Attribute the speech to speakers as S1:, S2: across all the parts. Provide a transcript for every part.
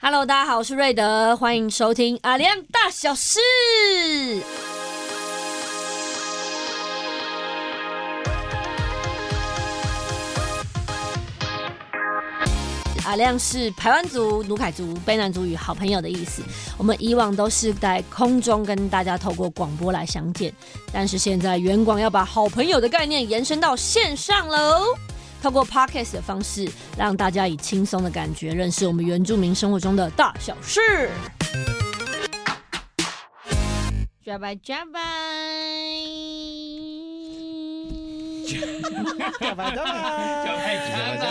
S1: Hello，大家好，我是瑞德，欢迎收听阿亮大小事。阿亮是排湾族、努凯族、卑南族与好朋友的意思。我们以往都是在空中跟大家透过广播来相见，但是现在远广要把好朋友的概念延伸到线上喽。透过 podcast 的方式，让大家以轻松的感觉认识我们原住民生活中的大小事。Java Java，
S2: 小白灯啊
S3: 小白灯
S1: 开头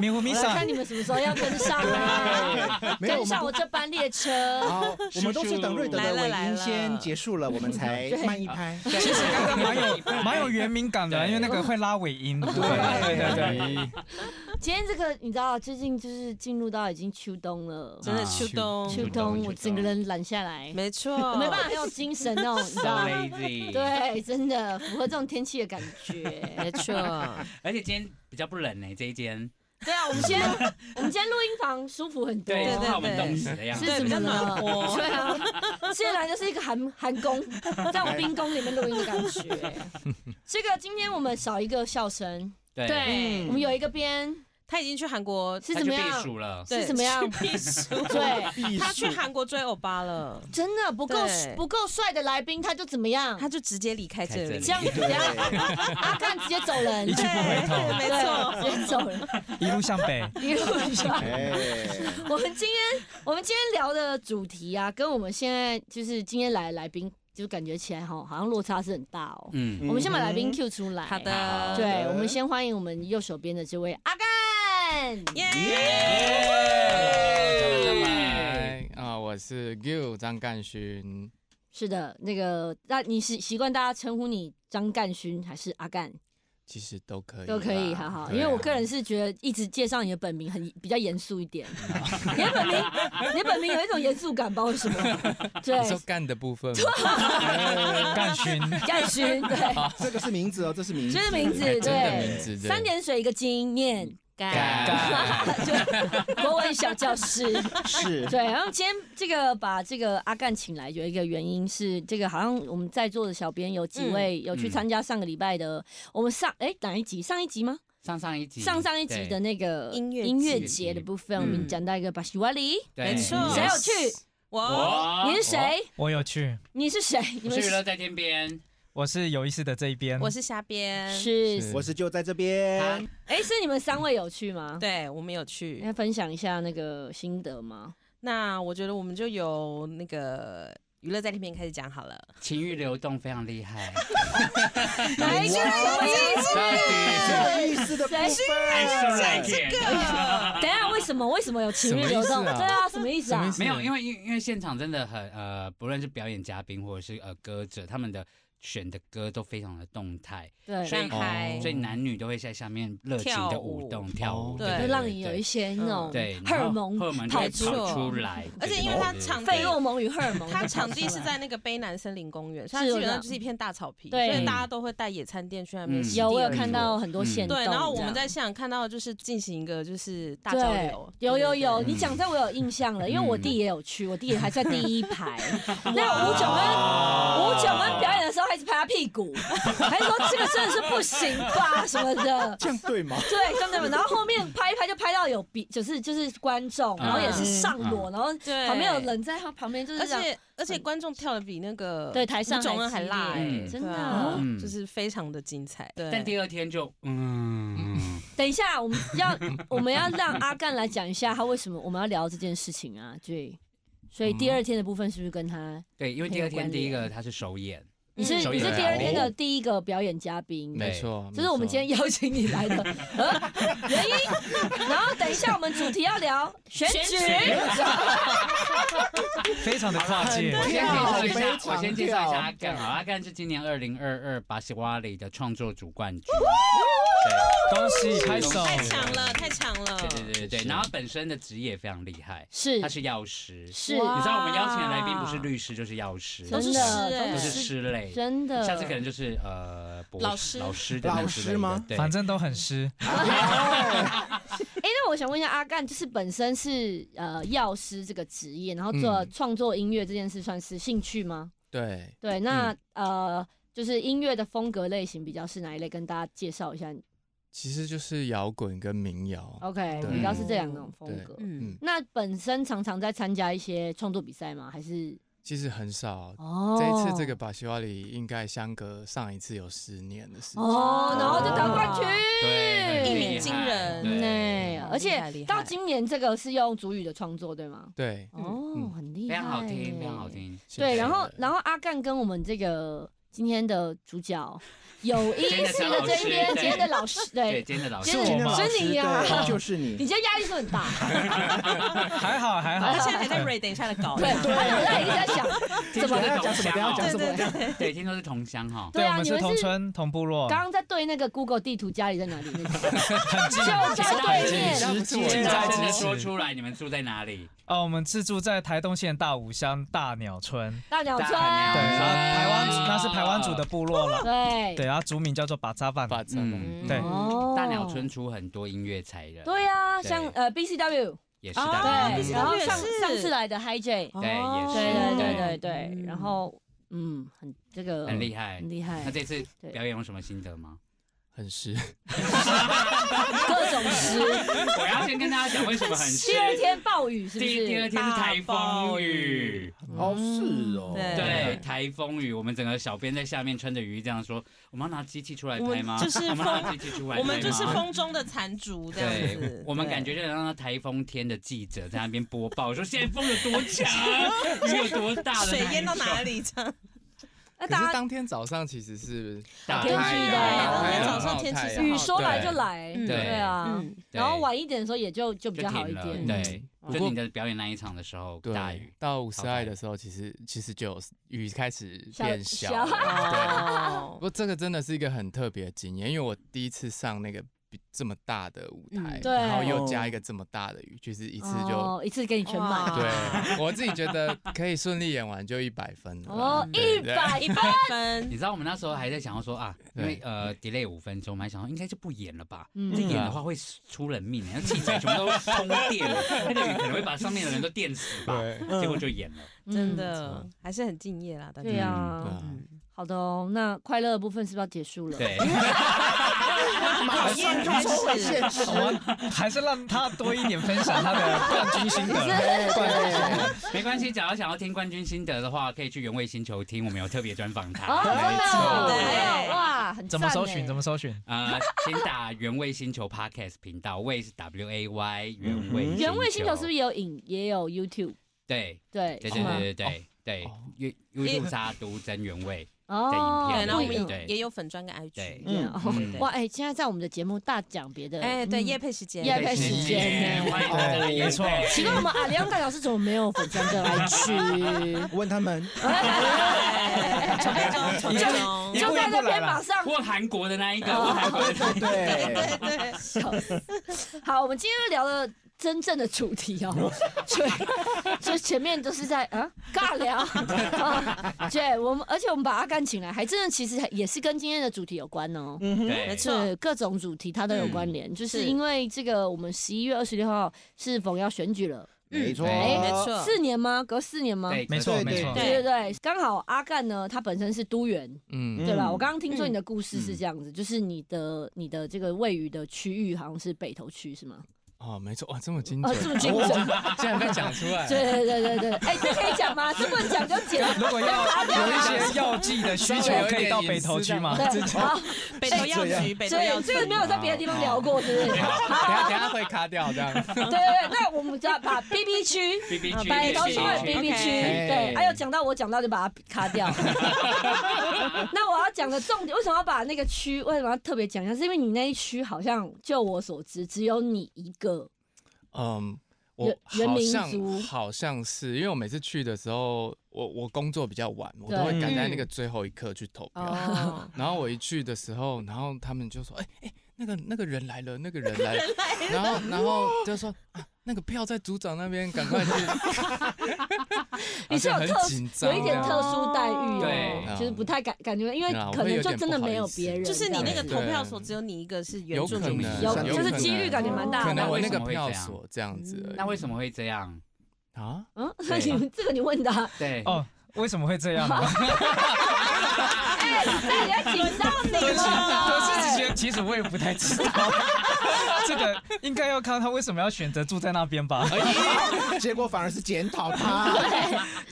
S2: 迷糊迷
S1: 我
S2: 傻
S1: 来看你们什么时候要跟上啊！
S2: 没有
S1: 跟
S2: 我
S1: 上
S2: 们
S1: 我这班列车。
S2: 好，我们都是等瑞德的尾音先结束了，我们 才慢一拍。
S3: 其实刚刚
S4: 蛮有蛮有原民感的，
S3: 对
S4: 因为那个会拉尾音的部分。
S3: 对对对
S4: 对
S1: 今天这个你知道，最近就是进入到已经秋冬了，
S5: 真的
S4: 啊
S5: 秋冬，
S1: 秋
S3: 秋冬
S1: 冬我整个人懒下来，
S2: 嗯
S1: 没
S5: 没错，
S1: 办法很有精神那种，你知
S3: so
S1: 道吗？
S3: lazy。，
S1: 对，真的符合这种天气的感觉。
S5: 没错，
S3: 而且今天比较不冷呢，这一间。
S1: 对啊，我们今天我们今天录音房舒服很多。
S3: 对，
S5: 对
S3: 就怕我们冻死的样
S1: 是
S3: 子。
S5: 对
S1: 什
S5: 比
S1: 么
S5: 较
S1: 呢
S5: 暖？和
S1: 对啊，虽然就是一个寒寒宫，在我冰宫里面录音的感 觉。这个今天我们少一个笑声，
S3: 对，
S1: 对，我们有一个编
S5: 他已经去韩国，
S1: 是
S3: 他
S1: 怎
S3: 去
S1: 么
S3: 避
S1: 样？
S3: 暑了。
S1: 是
S5: 对
S1: 怎么样？
S5: 避暑，
S1: 对，
S2: 艺
S5: 他
S2: 术
S5: 去韩国追欧巴了，
S1: 真的不够
S5: 对
S1: 不够帅的来宾他就怎么样？
S5: 他就直接离开这
S3: 开这
S5: 里
S3: 里
S1: 这，样子，这样
S2: 对
S1: 阿干直接走人，
S4: 一去不回头
S1: 对
S5: 没错
S1: 直接走人，
S4: 一路向北，
S1: 一路上。
S2: 哎，
S1: 我们今天我们今天聊的主题啊，跟我们现在就是今天来的来宾，就感觉起来哈，好像落差是很大哦。
S3: 嗯，
S1: 我们先把来宾
S5: 嗯
S1: Q 出来。
S5: 好
S3: 好
S5: 的，
S1: 对，
S2: 的
S1: 我们先欢迎我们右手边的这位阿干。
S5: 耶，
S6: 嗨啊，我是 Gil 张干勋，
S1: 是的，那个，那你是习惯大家称呼你张干勋还是阿干
S6: 其实都可以啦，
S1: 都可以，好好。
S6: 对啊
S1: 因为我个人是觉得一直介绍你的本名很比较严肃一 点，你的本名，你的本名有一种严肃感，不知道为什 么。对
S6: 你，说干的部分吗，
S4: 干巡
S1: 干勋，对，
S2: 这个是名字哦，这是名字，
S1: 这是名字，
S6: 真的
S1: 对。
S6: 名字，真的
S1: 三点水一个金念干， 就国文小教师。
S2: 是
S1: 对，然后今天这个把这个阿干请来，有一个原因是，这个好像我们在座的小编有几位有去参加上个礼拜的，我们上哎哪一集？上一集吗？
S3: 上上一集，
S1: 上上一集的那个
S5: 音乐
S1: 音乐
S3: 节
S1: 节的部分，
S5: 嗯
S1: 我们讲到一个巴西瓦里，
S3: 对，
S5: 没错
S1: 谁有去？
S5: 我
S3: 我，
S1: 你是谁？
S4: 我有去，
S1: 你是谁？你
S3: 哦我
S1: 们
S3: 是娱乐
S1: 是
S3: 在天边。
S4: 我是有意思的这一边，
S5: 我是瞎编，
S1: 是
S2: 我是就在这边，
S1: 哎是你们三位有去吗？，
S5: 对我们有去
S1: 来，分享一下那个心得吗？
S5: 那我觉得我们就由那个娱乐在那边开始讲好了，
S3: 情欲流动非常厉 害，
S1: 来，什么意思？
S3: 到底
S2: 有意思的部
S1: 谁
S3: 爱
S2: 分。
S3: 哎上来点？
S1: 等一下，为什么为什么有情欲流
S6: 什
S1: 动？
S6: 么意思啊
S1: 对啊，什么意思
S6: 什么
S1: 啊
S6: 意？思
S3: 没有，因为因因为现场真的很呃，不论是表演嘉宾或者是呃歌者，他们的选的歌都非常的动态，
S1: 对，
S3: 所以
S5: 让开
S6: 哦
S3: 所以男女都会在下面热情的舞动跳
S6: 跳舞
S3: 舞，
S5: 对
S1: 就哦让你有一些那种
S3: 对
S1: 荷尔
S3: 然后
S1: 蒙
S3: 荷尔蒙就
S1: 跑
S3: 会
S1: 出
S5: 来
S3: 跑出来，
S5: 而且因为它场
S1: 费
S5: 地
S1: 洛蒙与荷尔蒙，
S5: 它场地是在那个卑南森林公园，所以
S1: 是
S5: 它
S1: 我
S5: 基本
S1: 知道
S5: 上就是一片大草坪，所
S1: 对
S5: 以大家都会带野餐垫去那边
S3: 嗯
S5: 席地而
S1: 有
S5: 坐。
S1: 我有看到很多线动，
S5: 对，然后我
S1: 这样
S5: 们在现场看到就是进行一个就是大交
S1: 对
S5: 流，，
S1: 有有有，
S3: 嗯
S1: 你讲这我有印象了，因为我弟也有去，我弟也还在第一排。那吴九恩，吴九恩表演的时候还是拍他屁股，还说这个真的是不行吧什么的。
S2: 这样对吗？
S1: 对，真 的。然后后面拍一拍就拍到有比，就是就是观众，然后也是上裸，然后
S5: 对
S1: 旁边有人在他旁边，就是
S5: 而
S1: 这样
S5: 且而且观众跳的比那个
S1: 对台上
S5: 吴种恩
S1: 还
S5: 还
S1: 激
S5: 辣
S1: 烈
S5: 欸，
S1: 真
S5: 对
S1: 的
S5: 啊
S3: 嗯
S5: 就是非常的精彩。对，
S3: 但第二天就嗯，
S1: 等一下，我们要我们要让阿干来讲一下他为什么我们要聊这件事情啊？对，所以第二天的部分是不是跟他？
S5: 嗯
S3: 对，因为第二天第一个他是首演，
S1: 你是
S3: 首
S1: 你
S3: 演
S1: 是
S3: 啊
S1: 第二天的第一个表演嘉宾，
S6: 没错，
S1: 这是我们今天邀请你来的呃原因。然后等一下我们主题要聊选举，
S4: 非常的跨界
S3: 我。
S2: 对
S3: 先介绍一下
S2: 非，常
S3: 我先介绍一下
S2: 跳
S3: 阿干好，阿干是今年二零二二巴西瓦里的创作主冠军，
S4: 恭喜拍手！
S5: 太强了，太强了。
S3: 对对对对对，然后本身的职业非常厉害，
S1: 是
S3: 他是药师，你
S1: 是
S5: 哇
S3: 知道我们邀请的来宾不是律师就是药师，
S5: 都
S1: 真
S5: 是
S1: 的
S5: 诗欸
S3: 都
S1: 都
S3: 是
S1: 是
S3: 师类，
S1: 真的，
S3: 下次可能就是呃博
S5: 老师
S3: 老师等等之类的
S2: 老师吗
S3: 对，
S4: 反正都很湿，
S1: 哎，那那我想问一下阿干，就是本身是呃药师这个职业，然后做
S6: 嗯
S1: 创作音乐这件事算是兴趣吗？
S6: 对，
S1: 对，那、
S3: 嗯
S1: 呃，就是音乐的风格类型比较是哪一类？跟大家介绍一下。
S6: 其实就是摇滚跟民谣。
S1: OK，
S6: 对
S1: 比较是这两种风格。
S5: 嗯
S6: 嗯，
S1: 那本身常常在参加一些创作比赛吗？还是
S6: 其实很少。
S1: 哦？
S6: 这一次这个巴西瓦里应该相隔上一次有十年的时间。
S1: 哦，然后就当冠军。
S3: 对，
S5: 一
S3: 很厉
S5: 鸣惊
S3: 害
S5: 人
S3: 哦对
S1: 对，
S5: 好
S1: 而
S5: 厉害
S1: 且
S5: 厉
S1: 到
S5: 害
S1: 今年这个是用主语的创作，对吗？
S6: 对，
S1: 哦，
S6: 嗯
S1: 很厉
S3: 非
S1: 害，
S3: 常好听，非常好。听。
S6: 谢
S1: 对，
S6: 谢
S1: 然后然后阿干跟我们这个今天的主角有意识的这一边，今天
S3: 今天
S1: 的
S3: 的
S1: 老师，
S3: 对，
S1: 对，
S3: 今天的老师
S1: 哎今，
S4: 是
S1: 天
S4: 我
S1: 的
S4: 吗
S1: 是你呀，
S2: 对，就是
S1: 你今
S2: 你。
S1: 天压力是不是很大？
S4: 还好还
S5: 他
S4: 好，
S5: 现在还在 read 等一下的稿，
S1: 对，他脑袋一直在想
S3: 听
S1: 怎
S3: 说
S1: 么
S3: 是
S2: 要
S3: 同
S2: 讲什么？等一下
S3: 乡
S2: 要讲
S3: 哦
S2: 什么？
S3: 对，听说是同乡哦哈。
S1: 对
S4: 对，
S1: 啊
S4: 我们
S1: 你
S4: 是
S1: 们
S4: 同
S1: 是
S4: 村同部落，
S1: 刚刚在对那个 Google 地图家里在哪里 那个，
S4: 很近
S1: 就在对面。
S6: 那不是我
S4: 直接
S6: 家
S4: 在
S3: 现
S4: 咫
S3: 在
S4: 尺
S3: 说出来，你们住在哪里？
S4: 哦，我们是住在台东县大武乡大鸟村，
S1: 大鸟村，
S3: 大
S4: 对，
S3: 鸟
S4: 然后台湾
S3: 哦
S4: 那是台湾族的部落了，
S1: 哎对
S4: 对，然后啊族名叫做巴扎饭，
S6: 巴扎曼
S3: 嗯
S4: 对
S1: 哦
S3: 大鸟村出很多音乐才人，
S1: 对呀，
S3: 对
S1: 像呃 BCW，
S3: 也是
S5: 啊
S3: 大鸟
S1: 对，
S5: BCW
S1: 然后
S5: 也
S1: 上
S5: 是
S1: 上次来的 Hi J，
S3: 对也是
S1: 对对对对
S3: 对
S1: 对，然后嗯，很这个
S3: 嗯很厉害
S1: 很。厉害
S3: 那，这次表演有什么心得吗？
S6: 很湿，
S1: 各种诗。
S3: 我要先跟大家讲为什 么很湿
S1: 第。二天暴雨是不
S3: 第第二
S1: 是？
S3: 天是台风雨，
S2: 哦，是哦，
S5: 嗯对
S3: 对，台风雨，我们整个小编在下面穿着雨衣这样说：“我们要拿机器出来拍吗？
S5: 我们就是
S3: 我们要拿机器出来拍吗？
S5: 我们就是风中的残烛这样
S3: 对
S5: 子，，
S3: 我们感觉就像那台风天的记者在那边播报，说现在风有多强，雨有多大的，
S5: 水淹到哪？里这 样。
S1: 那
S6: 可是
S1: 大家
S6: 当天早上其实是
S3: 大
S1: 天气
S3: 太
S1: 的
S3: 阳
S1: 当天
S5: 早上天气
S6: 哦
S5: 是
S1: 雨说来就
S6: 对
S1: 来，
S5: 嗯
S1: 对啊。
S5: 嗯，
S3: 对
S1: 然后晚一点的时候也就就比
S3: 就
S1: 较好一
S3: 停了。
S1: 点，
S3: 对，
S6: 嗯
S3: 就你的表演那一场的时候，
S6: 对
S3: 大雨，
S6: 到五十
S3: 超大
S6: 爱
S3: 雨
S6: 的时候，其实其实就有雨开始
S1: 小
S6: 变
S1: 小
S6: 小了。对，不
S5: 哦，
S6: 过这个真的是一个很特别的经验，因为我第一次上那个比这么大的舞台
S5: 嗯，
S1: 对
S6: 然后又
S3: 哦
S6: 加一个这么大的雨，就是一次就
S1: 哦一次给你全满
S5: 哇。
S6: 对我自己觉得可以顺利演完就一百分了。
S1: 哦，一
S6: 对对
S1: 百
S5: 一百分
S3: 你知道我们那时候还在想要说啊，因为
S6: 对
S3: 呃 delay 五分钟，我们还想说应该就不演了吧。
S1: 嗯
S3: 这演的话会出人命，那器材全部都通电了，那个雨可能会把上面的人都电死吧。
S6: 对
S3: 结果就演了，嗯
S5: 真。的还是很敬业啦，大家
S1: 对。
S6: 对
S1: 啊，
S6: 啊
S5: 嗯
S1: 好的哦，那快乐的部分是不是要结束了？
S3: 对，
S2: 马上
S5: 开始
S2: 充满现实。
S4: 我们还是让他多一点分享他的冠军 心得。
S2: 哎对，
S3: 没关系。假如想要听冠军心得的话，可以去原味星球听，我们有特别专访他。
S1: 哦，真的哦，
S5: 没错
S1: 还有哇，很
S4: 怎么搜
S1: 赞
S4: 寻？
S1: 欸
S4: 怎
S1: 呢
S4: 么搜寻？
S3: 呃，请打原味星球 Podcast 频道，味是 W A Y，原味
S2: 嗯
S1: 原味星球是不是
S3: 是？
S1: 也有影也有 YouTube？
S3: 对
S1: 对，
S3: 对
S1: 是
S3: 对
S1: 吗
S3: 对对对对
S6: 哦
S3: 对，YouTube 杀毒真原味，
S1: 哦，
S3: 对
S5: 对，然后我
S1: 录影
S5: 们
S3: 对
S5: 也有粉砖跟 IG，
S3: 对
S1: 嗯
S5: 对对对
S1: 哇，哎，现在在我们的节目大讲别的，
S5: 哎，对，
S1: 嗯
S5: 夜配时间，
S1: 夜配时间呢
S3: 欢迎大家来夜配
S4: 没错
S1: 奇怪，我们阿良大老师怎么没有粉专的 IG？
S2: 问他们，
S5: 对重
S1: 就
S5: 中
S1: 就在那边马上
S3: 问韩国的那一个，
S1: 哦
S3: 问韩国的
S2: 对对，
S5: 对对，
S1: 笑死。好，我们今天聊了真正的主题哦，所以所以前面都是在啊尬聊，啊对，我们而且我们把阿甘请来，还真的其实也是跟今天的主题有关哦。
S2: 嗯哼，
S3: 对
S5: 没错
S1: 是各种主题它都有关联，就是因为这个，我们十一月二十六号是否要选举了？
S2: 没错，
S3: 哎
S5: 没错，
S1: 四年吗？隔四年吗？
S3: 对，
S4: 没错
S2: 对
S4: 没错，
S5: 对
S1: 对对对，刚好阿干呢，他本身是都员，
S6: 嗯，
S1: 对吧？
S2: 嗯
S1: 我刚刚听说你的故事是这样子，就是你的你的这个位于的区域好像是北投区是吗？
S6: 哦，没错，哇，这么精
S1: 哦，
S6: 准，
S1: 是不是精准？
S6: 竟然被讲出来，
S1: 对对对对对，哎，这可以讲吗？这不能讲就剪了。
S4: 如果要有一些药剂的需求，可以到北投区吗？
S1: 对，好，
S5: 北投药局，北投
S1: 所
S5: 药
S1: 以
S5: 局
S1: 这个没有在别的地方聊过，是不是？
S6: 好
S1: 好，
S6: 等一下等一下会卡掉这样。
S1: 对对对，那我们就要把 B B 区。
S3: B B 区，
S1: 北投区
S5: 区
S1: 会有
S5: BB
S1: B B 区，
S6: OK
S1: 对，还有讲到我讲到就把它卡掉。 那我要讲的重点，为什么要把那个区，为什么要特别讲一下？是因为你那一区好像，就我所知，只有你一个
S6: 嗯，
S1: 原
S6: 我
S1: 原
S6: 好
S1: 民族
S6: 像好像是，因为我每次去的时候，我我工作比较晚，我都
S1: 对
S6: 会赶在
S5: 嗯
S6: 那个最后一刻去投票。
S5: 哦，
S6: 然后我一去的时候，然后他们就说：“哎、哎、那个那个人来了，那个人来了。然后然后就说、啊、那个票在组长那边，赶 快去。
S1: 你是有
S6: 好像
S1: 特
S6: 很紧张啊
S1: 有
S6: 这
S1: 一点
S6: 样，
S1: 特殊待遇哦，
S3: 对
S1: 就是不太感感觉，因为
S6: 对啊我
S1: 可
S6: 会
S1: 能
S6: 有
S1: 就
S6: 点
S1: 真的
S6: 不好
S1: 没
S6: 意
S1: 有
S6: 思
S1: 别人这
S5: 就
S1: 样子，
S5: 是你那个
S6: 对
S5: 投票所只有你一个是原
S6: 有
S5: 住
S6: 可
S5: 民，
S6: 能
S1: 有
S6: 可能
S1: 就是几率感觉蛮大的
S6: 可能我那个
S3: 那为什么会
S6: 票
S3: 这样
S6: 所这样子而已
S3: 那为什么会这样？
S6: 啊？
S1: 嗯，
S3: 对
S1: 你们这个你问的啊，
S3: 对，
S4: 哦，为什么会这样呢？
S1: 哎，那你在紧张你
S4: 对，是
S1: 啊
S4: 对，是
S1: 了。
S4: 其实其实我也不太知道， 这个应该要看他为什么要选择住在那边吧。
S2: 哎结果反而是检讨他。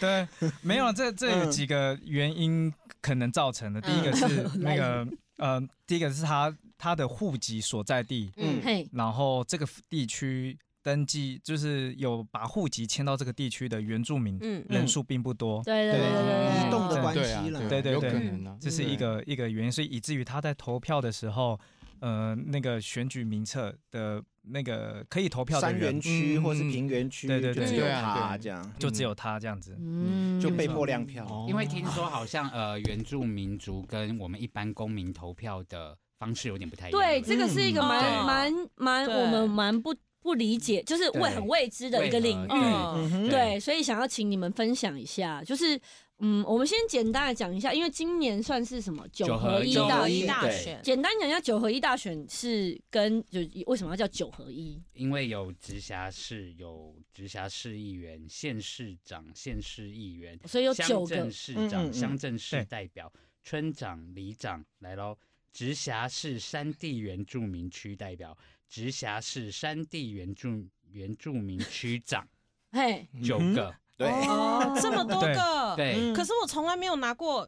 S4: 对，没有，啊这这有几个原因可能造成的。第一个是那个，呃，第一个是他他的户籍所在地，
S2: 嗯，
S1: 嘿，
S4: 然后这个地区登记就是有把户籍迁到这个地区的原住民
S5: 嗯
S4: 人数并不多，
S1: 对对对对
S2: 移
S1: 对
S2: 动的关
S6: 对啊
S2: 系，了。
S4: 对对
S6: 有
S4: 对
S6: 可能啊。
S4: 这是一个一个原因，所以以至于他在投票的时候，呃，那个选举名册的那个可以投票的
S2: 山
S4: 人
S2: 园区
S6: 嗯
S2: 或是
S6: 嗯
S2: 平原区，
S4: 对对
S2: 就
S4: 对
S2: 只有
S6: 对啊
S2: 他
S6: 对
S2: 这样，
S4: 就只有他这样子。
S1: 嗯，
S2: 就被迫亮票。
S6: 哦
S3: 因为听说好像呃，原住民族跟我们一般公民投票的方式有点不太一样。
S1: 对，
S3: 不
S1: 这个是一个蛮
S5: 嗯
S1: 蛮蛮
S5: 对
S1: 我们蛮不不理解，就是
S3: 对
S1: 未很未知的一个领
S3: 为何
S1: 域。
S3: 对
S5: 嗯，
S2: 嗯哼，
S1: 对，所以想要请你们分享一下，就是嗯，我们先简单的讲一下，因为今年算是什么九合一
S3: 九
S1: 大
S3: 合
S5: 九一
S1: 选。
S5: 大
S2: 对
S5: 选，
S1: 简单讲一下九合一大选是跟就为什么要叫九合一？
S3: 因为有直辖市、有直辖市议员、县市长、县市议员、
S1: 所以有九
S3: 乡
S1: 个
S3: 镇市
S2: 嗯嗯嗯
S3: 长、乡镇市
S4: 对
S3: 代表、村长、里长来喽。直辖市山地原住民区代表、直辖市山地原住原住民区长
S1: 嘿，
S4: 嗯
S3: 九个，
S2: 对，
S5: 哦，这么多
S4: 对
S5: 个，
S3: 对，
S2: 嗯
S5: 可是我从来没有拿过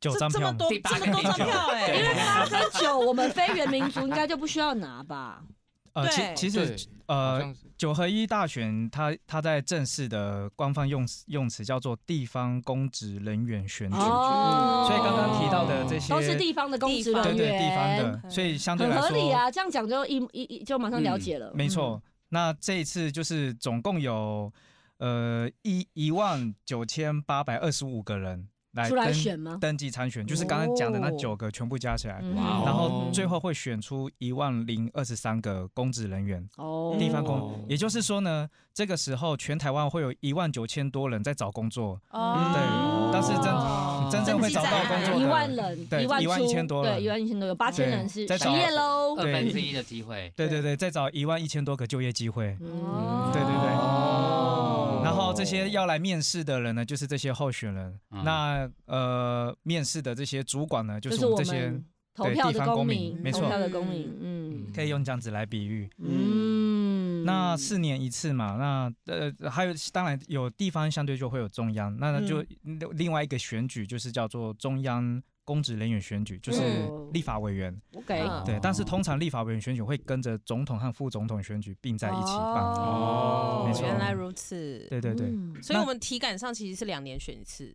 S4: 九
S5: 这
S4: 张
S5: 这
S4: 票
S5: 么
S4: 吗，
S5: 多
S3: 第八
S5: 这
S3: 个
S5: 么多张
S3: 第九
S5: 票哎、
S3: 对
S1: 因为八跟九，我们非原民族应该就不需要拿吧？
S4: 呃，
S5: 对
S4: 其其
S6: 对
S4: 实，呃
S6: 好像是
S4: 九合一大选，它它在正式的官方用词用词叫做地方公职人员选举，
S1: 哦，
S4: 所以刚刚提到的这些
S1: 都是地方的公职人员，
S4: 对对地方的，
S5: 嗯
S4: 所以相对
S1: 很
S4: 来
S1: 合
S4: 说，嗯
S1: 理啊。这样讲就一一一就马上了解了，
S4: 没错。
S6: 嗯
S4: 那这一次就是总共有呃一一万九千八百二十五个人
S1: 嗯
S4: 来
S1: 出来
S4: 登
S1: 选吗
S4: 登记参选，就是刚刚讲的那
S1: 哦
S4: 九个全部加起来，
S1: 嗯。
S3: 哇哦
S4: 然后最后会选出一万零二十三个公职人员。
S1: 哦
S4: 地方公，
S6: 哦
S4: 也就是说呢，这个时候全台湾会有一万九千多人在找工作，
S5: 哦，
S4: 对但是真
S5: 哦
S4: 真正会找到工作
S1: 一
S4: 的
S1: 万人，
S4: 对
S1: 一万
S4: 一万
S1: 出
S4: 一千多人
S1: 对，一万一千多，有八千人是
S4: 在
S1: 失
S4: 找
S1: 业喽。
S3: 二
S4: 对
S3: 分之一的机会。
S4: 对对对，再找一万一千多个就业机会。
S1: 嗯
S4: 对对对
S1: 哦
S4: 然后这些要来面试的人呢，就是这些候选人。
S3: 嗯
S4: 那呃，面试的这些主管呢，就
S1: 就是是
S4: 我
S1: 我
S4: 们这些，
S1: 们投票
S4: 地
S1: 的
S4: 方
S1: 公
S4: 公
S1: 民，
S4: 民没
S1: 投
S4: 错
S1: 票的公民，嗯
S4: 可以用这样子来比喻。
S1: 嗯，
S4: 那四年一次嘛，那呃还有当然有地方相对就会有中央，那就
S1: 嗯
S4: 另外一个选举就是叫做中央公职人员选举，就是
S1: 嗯
S4: 立法委员。
S1: OK，
S3: 嗯
S4: 对，但是通常立法委员选举会跟着总统和副总统选举并在一起办。
S5: 哦
S4: 没错
S5: 原来如此。
S4: 对对对，
S1: 嗯
S5: 所以我们体感上其实是两年选一次，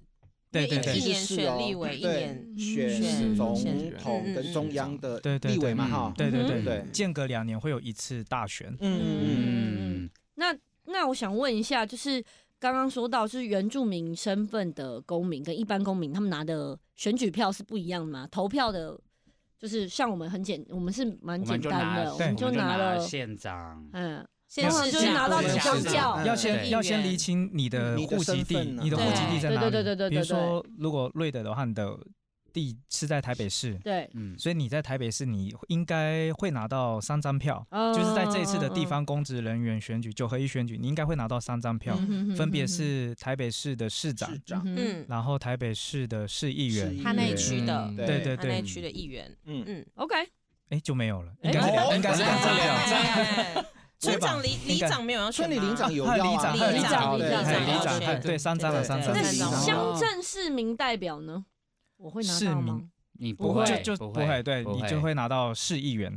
S4: 对
S5: 因为
S4: 对对
S5: 一一年
S2: 是哦
S5: 选立委，一
S2: 对
S5: 年
S2: 选
S5: 选
S2: 总
S5: 选
S2: 统跟中央的
S4: 对对对嗯
S2: 立委嘛，哈，
S4: 对对对
S2: 对
S4: 间隔两年会有一次大选。
S2: 嗯嗯
S1: 嗯
S3: 嗯，
S1: 那我想问一下，就是刚刚说到，就是原住民身份的公民跟一般公民，他们拿的选举票是不一样的吗？投票的，就是像我们很简，我们是蛮
S3: 我
S1: 简
S3: 们就拿
S1: 单的，
S3: 了，
S1: 我
S4: 对
S1: 们
S3: 我
S1: 就
S3: 们就
S1: 拿了，
S3: 县长，
S1: 嗯，
S5: 现
S1: 通常
S5: 实
S1: 就是拿到
S3: 直辖
S1: 宗
S3: 市
S1: 教
S2: 嗯
S4: 要先
S5: 对
S4: 要先厘清你的
S2: 你的
S4: 户籍
S2: 身
S4: 地
S2: 份，啊
S4: 你的户籍地在哪
S1: 对对
S4: 里？
S1: 对对对对
S4: 比如说，如果瑞德的话，你的地是在台北市，
S1: 对，
S3: 嗯，
S4: 所以你在台北市，你应该会拿到三张票，
S1: 就
S4: 就是在这一次的
S1: 哦
S4: 地方公职人员选举九合一选举，你应该会拿到三张票，
S1: 嗯
S4: 分别是台北市的市长
S2: 市，长、
S5: 嗯，
S4: 然后台北市的市议
S2: 市
S4: 员，
S2: 议
S5: 他那一
S2: 员
S5: 区的
S6: 嗯
S4: 对
S5: 他
S4: 对
S5: 那一
S4: 对，
S5: 区的议员，
S2: 嗯，
S5: 嗯，
S1: OK，
S4: 哎就没有了，
S1: 哎
S4: 应该是
S2: 哦
S4: 两应该是两张票，
S5: 票。
S4: 对
S5: 村
S4: 吧
S5: 长、里里
S4: 应该
S5: 长没有要选
S2: 村
S5: 吗，
S2: 里里长有
S4: 还有
S2: 要
S4: 里
S2: 啊，
S4: 长，
S5: 还有里长
S2: 对
S5: 里
S4: 还有
S5: 长
S4: 里长，
S5: 对
S4: 还有
S5: 对
S4: 对三张了，
S2: 对
S4: 三张
S1: 那
S4: 了，
S5: 三张
S4: 三张
S1: 乡镇市民代表呢？我会拿
S4: 市
S1: 到
S4: 民
S1: 吗？
S3: 你
S1: 不
S3: 不
S1: 会
S3: 会
S4: 就就
S3: 不
S4: 不会，对
S3: 不
S4: 你就会拿到市议员，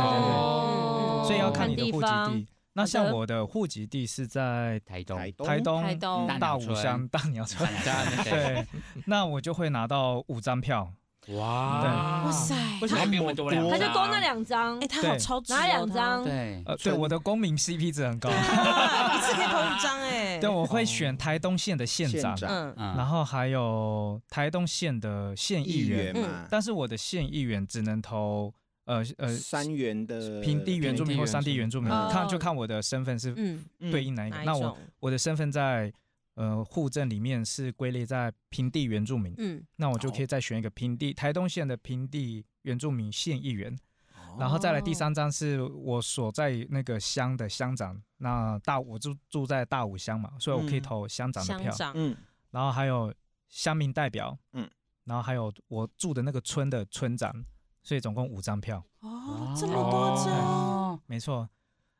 S1: 哦，
S4: 所以要看
S1: 看
S4: 你的户籍
S1: 方。
S4: 地。那像
S1: 好的
S4: 我的户籍地是在
S3: 台东
S2: 台东
S4: 台东
S5: 台东
S3: 大
S4: 大
S3: 鸟
S4: 武
S3: 村
S4: 乡大鸟村，
S3: 家
S4: 对，那我就会拿到五张票，
S3: 哇，
S5: 哇塞，
S3: 为什么比我们多两张？
S1: 他就多那两张
S5: 哎，，他好
S4: 对
S5: 超值哦，
S1: 拿两 张，
S3: 对，
S4: 呃，对，
S2: 村
S4: 我的公民 CP 值很高
S5: 他，，对啊一次可以投五张哎，
S4: 对，我会选台东县的县
S2: 县
S4: 长，
S2: 长
S5: 嗯，
S4: 然
S3: 嗯，
S4: 后还有台东县的县议
S2: 议
S4: 员，
S2: 员嘛，
S4: 但是我的县议员只能投呃呃
S2: 三元的
S4: 平地原住民或山地原住民，
S5: 平地原住民
S4: 看
S5: 哦
S4: 就看我的身份是
S5: 嗯，
S4: 对应哪一个。
S5: 哪一
S4: 哎那我
S5: 种？
S4: 我的身份在呃户政里面是归类在平地原住民，
S5: 嗯，
S4: 那我就可以再选一个平地台东县的平地原住民县议员，然后再来第
S2: 哦
S4: 三张是我所在那个乡的乡长，那大我住住在大武乡嘛，所以我可以
S2: 嗯
S4: 投乡长的
S5: 乡
S4: 票，
S5: 长，
S2: 嗯
S4: 然后还有乡民代表，
S2: 嗯，
S4: 然后还有我住的那个村的村长，所以总共五张票，
S5: 哦，这么多张，
S3: 哦
S4: 没错。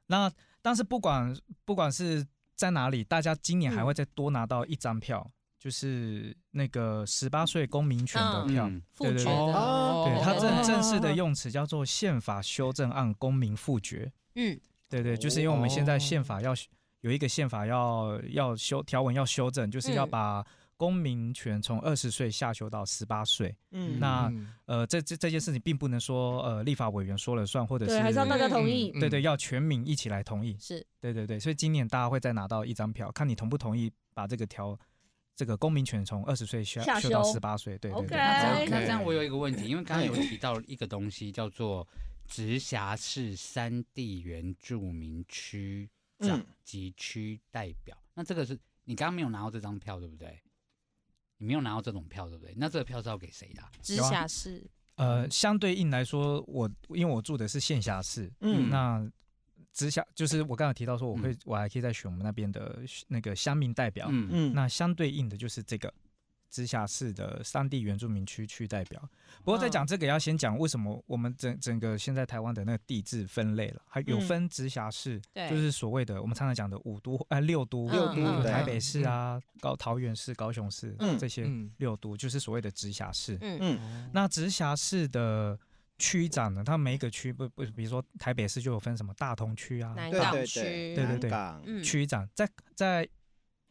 S4: 那但是不管不管是在哪里，大家今
S2: 嗯
S4: 年还会再多拿到一张票，就是那个十八岁公民权的
S5: 嗯
S4: 票。
S3: 嗯
S5: 复决
S4: 对
S5: 的，
S2: 哦
S4: 对，它正
S5: 哦
S4: 正式的用词叫做《宪法修正案公民复决》。
S5: 嗯，
S4: 对对，就是因为我们现在宪法要修有一个宪法要要修条文要修正，就是要
S5: 嗯
S4: 把公民权从二十岁下修到十八岁。
S2: 嗯
S4: 那
S6: 嗯
S4: 呃，这这这件事情并不能说呃立法委员说了算，或者是
S1: 对，还是要大家同意。
S6: 嗯
S4: 对对，要全民一起来同意。
S5: 是
S4: 对对对，所以今年大家会再拿到一张票，看你同不同意把这个条这个公民权从二十岁下
S1: 下
S4: 修到
S1: 修
S4: 十八岁。对对
S1: OK
S4: 对。
S3: 那这样
S6: OK
S3: 那这样我有一个问题，因为刚刚有提到一个东西叫做直辖市山地原住民区长
S2: 嗯
S3: 及区代表，那这个是你刚刚没有拿到这张票，对不对？你没有拿到这种票，对不对？那这个票是要给谁的啊？
S5: 直
S4: 有啊
S5: 辖市，
S4: 呃，相对应来说，我因为我住的是县辖市，
S2: 嗯
S4: 那直辖就是我刚才提到说，我会、我还可以再选我们那边的那个乡民代表，
S3: 嗯
S2: 嗯，
S4: 那相对应的就是这个直辖市的山地原住民区区代表。不过在讲这个，要先讲为什么我们整整个现在台湾的那个地质分类了，还有
S2: 嗯
S4: 分直辖市，
S5: 对
S4: 啊就是所谓的我们常常讲的五都呃六都，
S5: 六都
S4: 有
S5: 对
S4: 台北市啊、高桃园市、高雄市、
S2: 嗯
S4: 这些
S6: 嗯
S4: 六都，就是所谓的直辖市。
S5: 嗯
S2: 嗯
S4: 那直辖市的区长呢，他每一个区不不，比如说台北市就有分什么大同区啊，
S5: 南
S2: 对
S5: 港
S2: 对
S5: 区
S2: 对，
S4: 对
S2: 南
S4: 对
S2: 港
S5: 嗯，
S4: 区长在在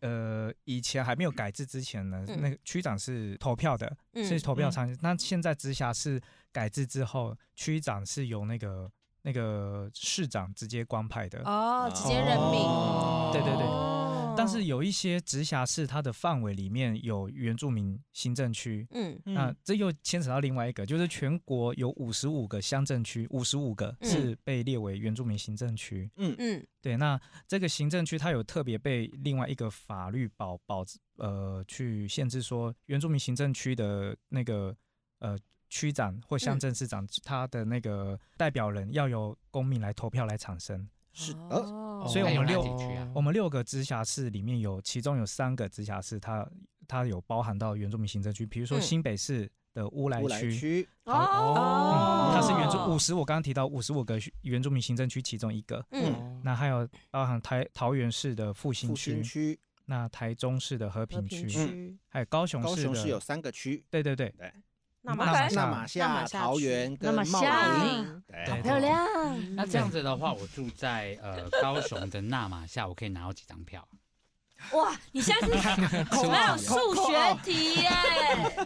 S4: 呃以前还没有改制之前呢，
S5: 嗯
S4: 那个区长是投票的，
S5: 嗯
S4: 是投票参与。那现在直辖市改制之后，区长是由那个那个市长直接官派的。
S5: 哦，直接任命，
S6: 哦
S4: 对对对
S5: 哦
S4: 但是有一些直辖市，它的范围里面有原住民行政区，
S5: 嗯
S2: 嗯
S4: 那这又牵扯到另外一个，就是全国有五十五个乡镇区，五十五个
S5: 嗯
S4: 是被列为原住民行政区。
S5: 嗯
S4: 对，那这个行政区它有特别被另外一个法律保保呃去限制说，原住民行政区的那个呃区长或
S5: 嗯
S4: 乡镇市长，他的那个代表人要由公民来投票来产生。
S2: 是呃
S5: 哦
S4: 所以我们
S3: 那有
S4: 六
S3: 哪几区啊？
S4: 我们六个直辖市里面有，其中有三个直辖市它它有包含到原住民行政区，比如说
S5: 嗯
S4: 新北市的乌来
S2: 乌来
S4: 区。
S2: 区，
S4: 嗯，
S5: 哦
S4: 它是原住五十，我刚刚提到五十五个原住民行政区其中一个，
S5: 嗯
S4: 那还有包含台桃园市的复兴
S2: 复
S4: 区
S2: 兴，区，嗯
S4: 那台中市的和
S5: 和
S4: 平
S5: 平
S4: 区，
S5: 区，
S4: 还有高雄
S2: 高
S4: 市
S2: 雄
S4: 的，
S2: 市有三个区，
S4: 对对对，
S5: 那
S4: 那
S5: 马
S4: 马
S5: 上
S4: 上
S2: 那马
S5: 那
S2: 夏、
S5: 马夏
S2: 桃
S5: 区
S2: 园
S1: 那
S2: 跟
S1: 马
S2: 茂
S1: 夏
S2: 林，哎
S5: 林
S4: 对
S2: 对，
S1: 漂亮，
S3: 那这样子的话，我住在 呃高雄的纳马下，我可以拿到几张票啊？
S1: 哇！你现在是口有数学题耶，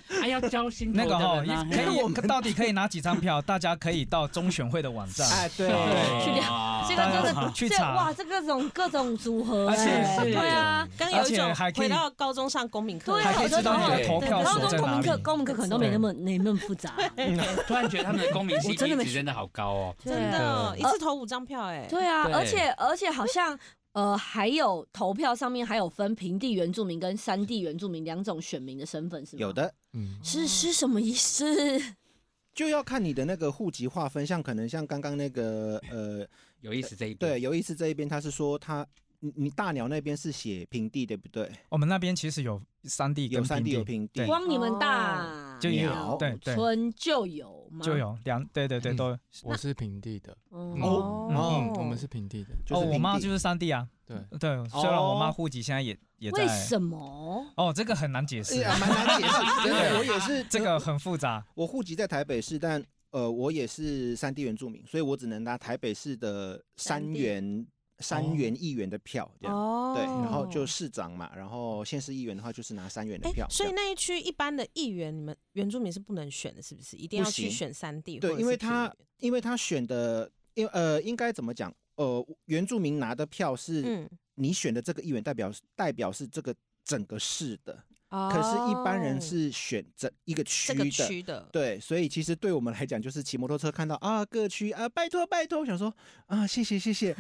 S3: 还啊要交心
S4: 那个
S3: 哦
S4: 哦，，也可 以，我们到底可以拿几张票？大家可以到中选会的网 站
S2: 哎，对，
S4: 哦
S1: 去聊
S3: 啊
S1: 这个真的
S4: 去
S1: 这哇，
S4: 查，
S1: 这各种各种组合
S4: 而且
S1: 哎，
S4: 是
S1: 对啊，
S5: 刚有
S4: 而
S5: 一
S4: 且
S5: 种
S4: 还可以
S5: 回到高中上公民课，
S1: 对啊，
S4: 还可以知道你的投票
S1: 然后
S4: 所在
S1: 公
S4: 哪
S1: 民
S4: 里
S1: 课，。公民课可能都没那么没那么复杂，
S2: 嗯
S3: 突然觉得他们的公 民
S1: 我
S3: CP
S1: 真的没
S3: 值真的好高哦。
S5: 真的，一次投五张票，哎，
S1: 对啊，
S3: 对
S1: 而且而且好像。呃，还有投票上面还有分平地原住民跟山地原住民两种选民的身份是吗？
S2: 有的
S6: 嗯
S1: 是是什么意思？
S2: 就要看你的那个户籍划分，像可能像刚刚那个呃，
S3: 有意思这一个，
S2: 对，有意思这一边他是说他。你你大鸟那边是写平地对不对？
S4: 我们那边其实有山地
S2: 有
S4: 跟
S2: 山
S4: 平
S2: 地有
S4: 地，
S2: 平地，
S1: 光你们大
S4: 就
S2: 有
S1: 鸟
S4: 对对
S1: 村就有吗？
S4: 就有两，对对对，
S6: 嗯
S4: 都
S6: 我是平地的，
S1: 哦，
S6: 嗯，我们是平地的，
S2: 就
S4: 哦，
S2: 是哦
S4: 我妈就是是山地啊，
S6: 对，
S4: 对，虽然我妈户籍现在也也在
S1: 为，什么？
S4: 哦，这个很难解
S2: 哎
S4: 释
S2: 呀，
S4: 啊，
S2: 蛮难 解释，真的，我也是
S4: 这个很复杂，
S2: 我户籍在台北市，但呃，我也是山地原住民，所以我只能拿台北市的
S5: 山
S2: 山
S5: 地
S2: 原山原议员的票，这样、
S5: 哦
S2: 对，然后就市长嘛，然后县市议员的话就是拿山原的
S5: 哎
S2: 票，，
S5: 所以
S2: 这样
S5: 那一区一般的议员，你们原住民是不能选的，是不是？一定要
S2: 不
S5: 去
S2: 行
S5: 选三地或者
S2: 对，
S5: 是平原？
S2: 因为他因为他选的，因呃应该怎么讲？呃，原住民拿的票是
S5: 嗯
S2: 你选的这个议员代表代表是这个整个市的，
S5: 可
S2: 可是，一般人是选整一个区
S5: 嗯哦
S2: 的
S5: 这个。区的，
S2: 对，所以其实对我们来讲，就是骑摩托车看到啊各区啊，拜托拜托，我想说啊，谢谢谢 谢，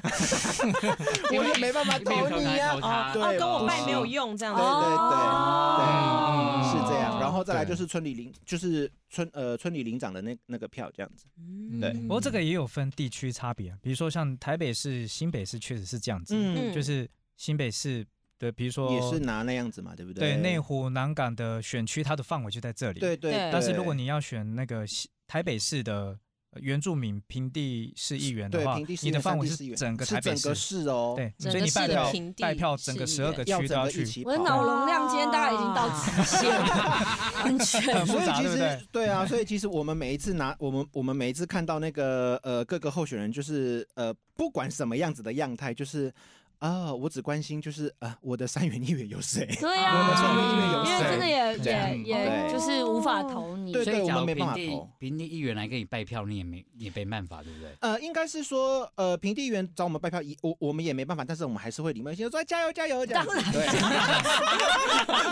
S2: 我也没办法投你呀、啊，
S3: 啊
S2: 对
S5: 哦，跟我拜没有
S3: 是
S5: 用这样
S2: 对
S5: 子。
S2: 对
S5: 哦
S2: 对对，是这
S4: 哦
S2: 样。然后再来
S6: 对
S2: 就是村里邻，就是村呃村里邻长的那那个票这样子。
S5: 哦
S2: 对
S4: 不过这个也有分地区差别啊，比如说像台北市、新北市确实是这样子，
S2: 嗯，
S4: 就是新北市的，比如说
S2: 也是拿那样子嘛，对不
S4: 哦对
S2: 对，
S4: 内湖、南港的选区，它的范围就在这里。
S2: 对对
S5: 对
S2: 对。
S4: 但是如果你要选那个西台北市的呃原住民平地市议员的
S2: 对
S4: 话，
S2: 平地市
S4: 你的
S2: 原
S4: 范围
S2: 山地市原
S4: 整个
S2: 是
S4: 台北
S2: 整
S4: 市
S2: 个，市哦，
S4: 对，
S5: 整
S4: 所以
S5: 个
S4: 你拜
S5: 市的
S4: 票
S5: 平地
S4: 拜票整个
S5: 市议
S4: 十二个
S2: 要
S4: 区
S2: 整
S4: 都要
S2: 个一
S4: 去。
S2: 起
S1: 我的
S2: 跑
S1: 脑容量今天大概已经到极限了，完全
S4: 很复
S2: 所以
S4: 杂
S2: 其
S4: 对不对
S2: 实对啊，所以其实我们每一次拿我们我们每一次看到那个呃各个候选人，就是呃不管什么样子的样态，就是啊、我只关心就是啊、我的三元议员有谁？
S1: 对
S2: 我们
S1: 啊
S2: 从来没有，
S1: 因为真的
S6: 这样
S1: 也也也
S2: 对
S1: 就是无法投你。
S2: 对
S3: 所以，
S2: 我
S3: 假
S2: 们
S3: 如
S2: 没办法
S3: 平地
S2: 投
S3: 平地议员来给你拜票，你也没也没办法，对不对？
S2: 呃，应该是说，呃，平地员找我们拜票，也我我们也没办法，但是我们还是会礼貌性地说加油加油。这样子
S1: 当然
S2: 对，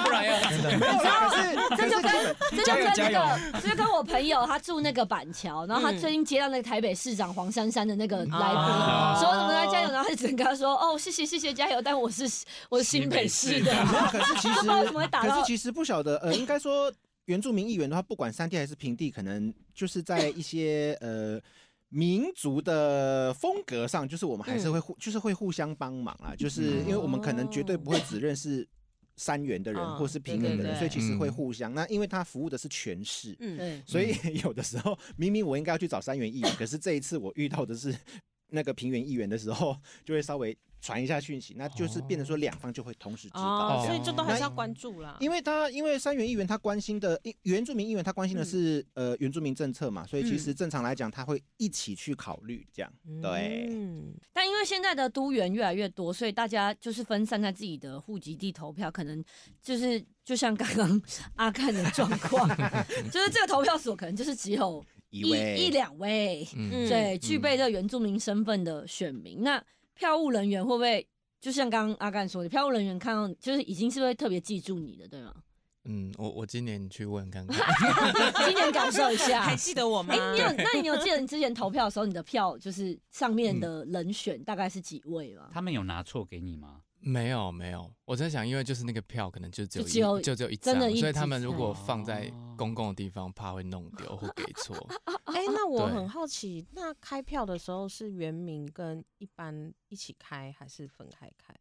S3: 不 然要
S4: 真的
S2: 没有啦，可是
S1: 这就
S2: 可是
S1: 跟这就跟
S4: 加
S1: 那
S4: 油加
S1: 个，这就跟我朋友他住那个板桥，然后他最近接到那个台北市长黄珊珊的那个来宾，
S5: 啊
S1: 说什么在加油，然后他就只能跟他说哦谢谢谢谢加油，但我是我是新北市的，
S2: 可是其
S1: 不知
S2: 实
S1: 道为什么会打
S2: 可
S1: 到
S2: 是其实不晓得，呃，应该说 原住民议员的话，不管山地还是平地，可能就是在一些呃。民族的风格上，就是我们还
S5: 嗯
S2: 是会互，就是会互相帮忙啊，就是因为我们可能绝对不会只认识山原的人
S5: 嗯
S2: 或是平原的人，
S5: 对对对
S2: 所以其实会
S6: 嗯
S2: 互相。那因为他服务的是全市，
S5: 嗯，
S1: 对，
S2: 所以有的时候明明我应该要去找三元议员，可是这一次我遇到的是那个平原议员的时候，就会稍微传一下讯息，那就是变成说两方就会同时知道
S5: 哦，
S2: 这
S5: 所
S2: 样。
S5: 以就都还是要关注
S1: 啊
S5: 啦。
S2: 因为他因为三元议员他关心的因原住民议员他关心的是、
S1: 嗯
S2: 呃原住民政策嘛，所以其实正常来讲他会一起去考虑这样。对，
S5: 嗯，
S1: 但因为现在的都员越来越多，所以大家就是分散在自己的户籍地投票，可能就是就像刚刚阿看的状况， 就是这个投票所可能就是只有
S2: 一
S1: 一
S2: 位
S1: 一两位，
S6: 嗯
S1: 对，
S6: 嗯
S1: 具备这个原住民身份的选民，那票务人员会不会就像刚刚阿干说的，票务人员看到就是已经是会特别记住你的，对吗？
S6: 嗯，我我今年去问看看，
S1: 今年感受一
S5: 还
S1: 下。
S5: 记得我吗
S1: 哎、？你有？那你有记得你之前投票的时候，你的票就是上面的人选大概是几位吗？
S3: 他们有拿错给你吗？
S6: 没有没有，我在想，因为就是那个票可能就只有
S1: 就只有
S6: 一就只有一
S1: 真
S6: 张
S1: 的，一
S6: 所以他
S1: 张
S6: 们如果
S3: 张
S6: 放在
S3: 哦
S6: 公共的地方，怕会弄丢或给错。
S5: 哎，那我
S6: 对
S5: 很好奇，那开票的时候是原名跟一般一起开，还是分开开？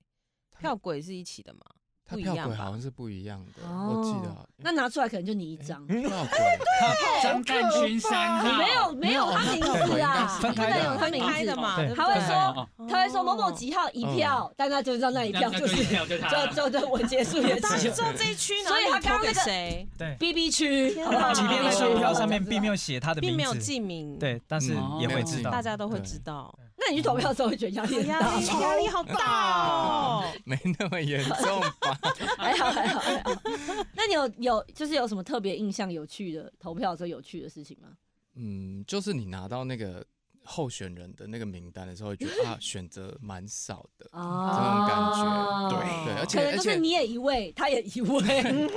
S5: 票轨是一起的吗？
S6: 他
S5: 不一
S6: 票
S5: 样
S6: 轨
S5: 吧
S6: 好像是不一样的，
S1: 哦
S6: 我记得好
S1: 那拿出来可能就你一张，
S6: 像票
S3: 张
S6: 轨。
S3: 干群三号
S1: 没有没有他名字啊，
S4: 分
S1: 不
S4: 开的
S1: 能有他
S5: 分
S1: 名
S5: 开
S1: 字
S5: 的嘛，
S4: 对
S5: 对不
S1: 他会
S5: 对
S1: 说他会说某某
S5: 哦
S1: 几号一票，但他就知道那一票就是
S3: 一票就
S1: 就就就我结束也
S5: 大家
S1: 只
S5: 就
S1: 有
S5: 知道这一区，然后
S1: 所以他
S5: 你投
S1: 刚刚
S5: 给
S1: 那个
S5: 谁，
S4: 对，
S1: B B 区，好不好
S5: 哪
S4: 即便在售票上面并没
S1: 有，
S4: 有写他的
S5: 并没有
S4: 名字，
S5: 记名，，
S4: 对，但是
S3: 嗯
S4: 也
S6: 没
S4: 会
S6: 有
S4: 知
S6: 记
S4: 道
S5: 大。家都会
S6: 对
S5: 知道。
S1: 那你去投票的时候会觉得压力很
S5: 好压
S1: 大
S5: 力，
S1: 吗，
S5: 压力好大哦！
S6: 没那么严重吧？
S1: 还好还好还好。那你有有就是有什么特别印象有趣的投票的时候有趣的事情吗？
S6: 嗯，就是你拿到那个候选人的那个名单的时候，觉得啊，选择蛮少的。
S1: 哦
S6: 这种感觉对对而且
S1: 可能就是你也一位，他也一 位。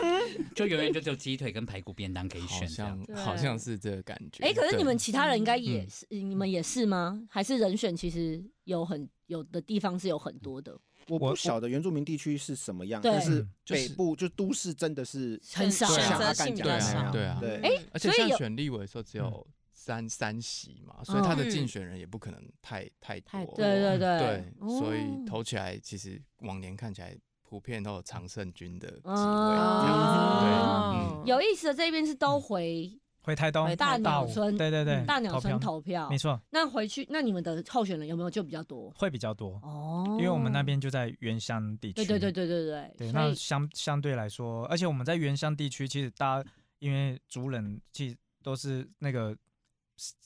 S3: 就永远就只有鸡腿跟排骨便当可以
S6: 好
S3: 选这样
S6: 像。
S1: 对
S6: 好像是这个感觉。
S1: 哎，可是
S6: 对
S1: 你们其他人应该也
S6: 嗯
S1: 是，你们也是吗？还是人选其实有很有的地方是有很多的，
S2: 我
S4: 我
S2: 不晓得原住民地区是什么样，
S1: 对
S2: 但是
S6: 就是
S2: 北部就都市真的是
S1: 很少
S6: 对啊
S5: 选择性比
S6: 对
S5: 较
S6: 啊
S5: 少。
S6: 对啊
S2: 对
S1: 哎
S6: 而且
S1: 所以
S6: 像
S1: 有哦
S6: 选立委的时候只有三三席嘛，所以他的竞选人也不可能太太
S5: 太
S6: 多。
S5: 多
S1: 对嗯对
S6: 对
S1: 对，，
S6: 所以
S1: 哦
S6: 投起来其实往年看起来普遍都有常胜军的机会。
S1: 哦
S6: 这样子对嗯
S1: 有意思的这边是都回
S4: 回台东
S5: 回
S1: 大鸟
S4: 大武
S1: 村，嗯
S4: 对对对，
S1: 大鸟村
S4: 投
S1: 投票
S4: 没。错，
S1: 那回去，那你们的候选人有没有就比较多？
S4: 会比较多，
S1: 哦，
S4: 因为我们那边就在原乡地区。
S1: 对对对对对对，
S4: 对，
S1: 所
S4: 那
S1: 以
S4: 相相对来说，而且我们在原乡地区，其实大家因为族人其实都是那个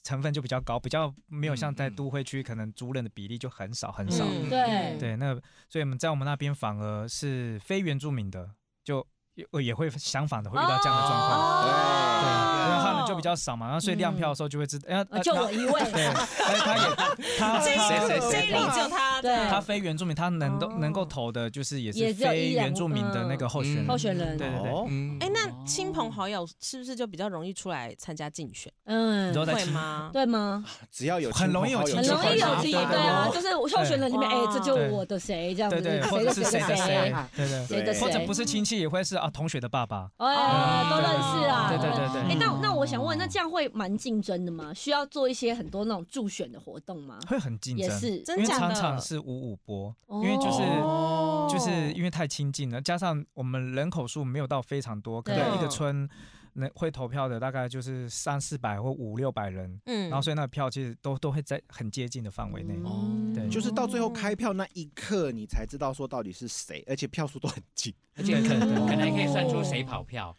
S4: 成分就比较高，比较没有像
S6: 嗯
S4: 在
S6: 嗯
S4: 都会区，可能族人的比例就很少很少。
S5: 嗯
S1: 对
S4: 对，那所以我们在我们那边反而是非原住民的，就也呃也会相反的会遇到这样的状
S5: 哦
S4: 况。对，因为他们就比较少嘛，然后所以亮票的时候就会知道，哎、
S1: 呃
S4: 呃
S1: 就
S4: 那
S1: 我一位，
S4: 对，哎，他也他
S5: 这
S4: 他
S5: 一这一
S2: 谁
S5: 里只有他
S1: 啊，对，
S4: 他非原住民，他能够、
S5: 嗯哦
S4: 能够投的，就是也
S1: 也
S4: 是
S1: 只有
S4: 非
S1: 一两
S4: 原住民的那个候选人。
S6: 嗯
S1: 候选人，
S4: 对对对
S2: 哦
S6: 嗯
S5: 哎、那亲朋好友是不是就比较容易出来参加竞选？
S1: 嗯
S4: 你知，道在
S5: 会
S4: 亲
S5: 吗？
S1: 对吗？
S2: 只要有
S4: 很容易有
S1: 很
S4: 情
S1: 容易
S4: 绪
S1: 有
S4: 化
S1: 记忆，
S4: 对
S1: 对啊，
S4: 对
S1: 就是候选人里面，哎
S5: 对，
S1: 这就我的谁这样子，
S4: 对对，或
S1: 谁
S4: 者
S1: 的
S4: 是
S1: 谁啊
S4: 谁的
S1: 谁
S4: 谁，，对对，
S1: 谁的谁，
S4: 或者不是亲戚也会是啊同学的爸爸，
S1: 哎，都认识啊，
S4: 对对对对
S1: 哎、
S4: 嗯
S1: 那那我想问，那这样会蛮竞争的吗？需要做一些很多那种助选的活动吗？
S4: 会很竞
S1: 也
S4: 争，
S1: 是，
S5: 真
S4: 因为
S5: 假的？
S4: 常常是五五波，
S1: 哦
S4: 因为就是
S5: 哦
S4: 就是因为太亲近了，加上我们人口数没有到非常多，可
S1: 对
S4: 能一个村能会投票的大概就是三四百或五六百人，
S5: 嗯
S4: 然后所以那个票其实都都会在很接近的范围内。
S1: 嗯
S4: 对
S2: 就是到最后开票那一刻，你才知道说到底是谁，而且票数都很 近。
S3: 而且可
S4: 对对对
S3: 可能还可以算出谁跑票。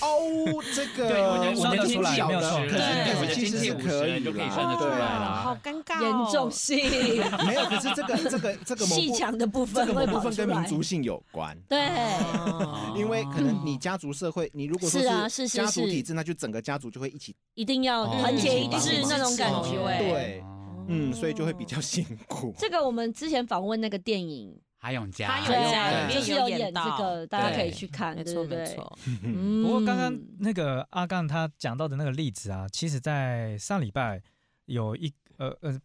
S2: 哦，这个
S3: 对，我的
S4: 算
S3: 我
S4: 得
S3: 的
S4: 出
S3: 经
S4: 来
S3: 济
S4: 没有
S3: 五
S4: 错
S3: 十
S4: 可是
S3: 人，
S5: 对
S3: 我的
S2: 其
S3: 经
S2: 实
S3: 济
S2: 是
S3: 五
S2: 可
S3: 十
S2: 以
S3: 人就可以
S2: 啦
S3: 算得出来
S5: 哇好
S3: 啦。
S5: 尴尬、哦，
S1: 严重性、
S2: 没有，可是这个这个 这个某
S1: 细
S2: 部
S1: 强的部
S2: 这
S1: 分
S2: 个
S1: 会
S2: 某
S1: 跑
S2: 部
S1: 出
S2: 分
S1: 来。
S2: 跟民族性有关。
S1: 对，
S5: 哦
S2: 因为可能你家族社会，你如果说
S1: 是啊是是
S2: 家族
S1: 是
S2: 体制，那就整个家族就会一起，
S1: 一定要
S6: 哦
S1: 团结一致
S5: 嗯
S1: 那种感
S5: 一起
S1: 觉。
S5: 保卫
S2: 对
S3: 哦
S1: 哦
S2: 嗯，所以就会比较辛苦。
S1: 这个我们之前访问那个电影，
S3: 还有家，
S5: 还有
S6: 家
S1: 对，
S6: 里面
S1: 就是有
S5: 有
S1: 演
S5: 演
S1: 这
S5: 到
S1: 个，大家可以
S6: 对
S1: 去看，
S5: 没
S1: 对
S5: 错
S1: 不
S5: 没
S1: 对？
S5: 错，
S1: 嗯
S4: 不过刚刚那个阿杠他讲到的那个例子啊，其实在上礼拜有一呃呃，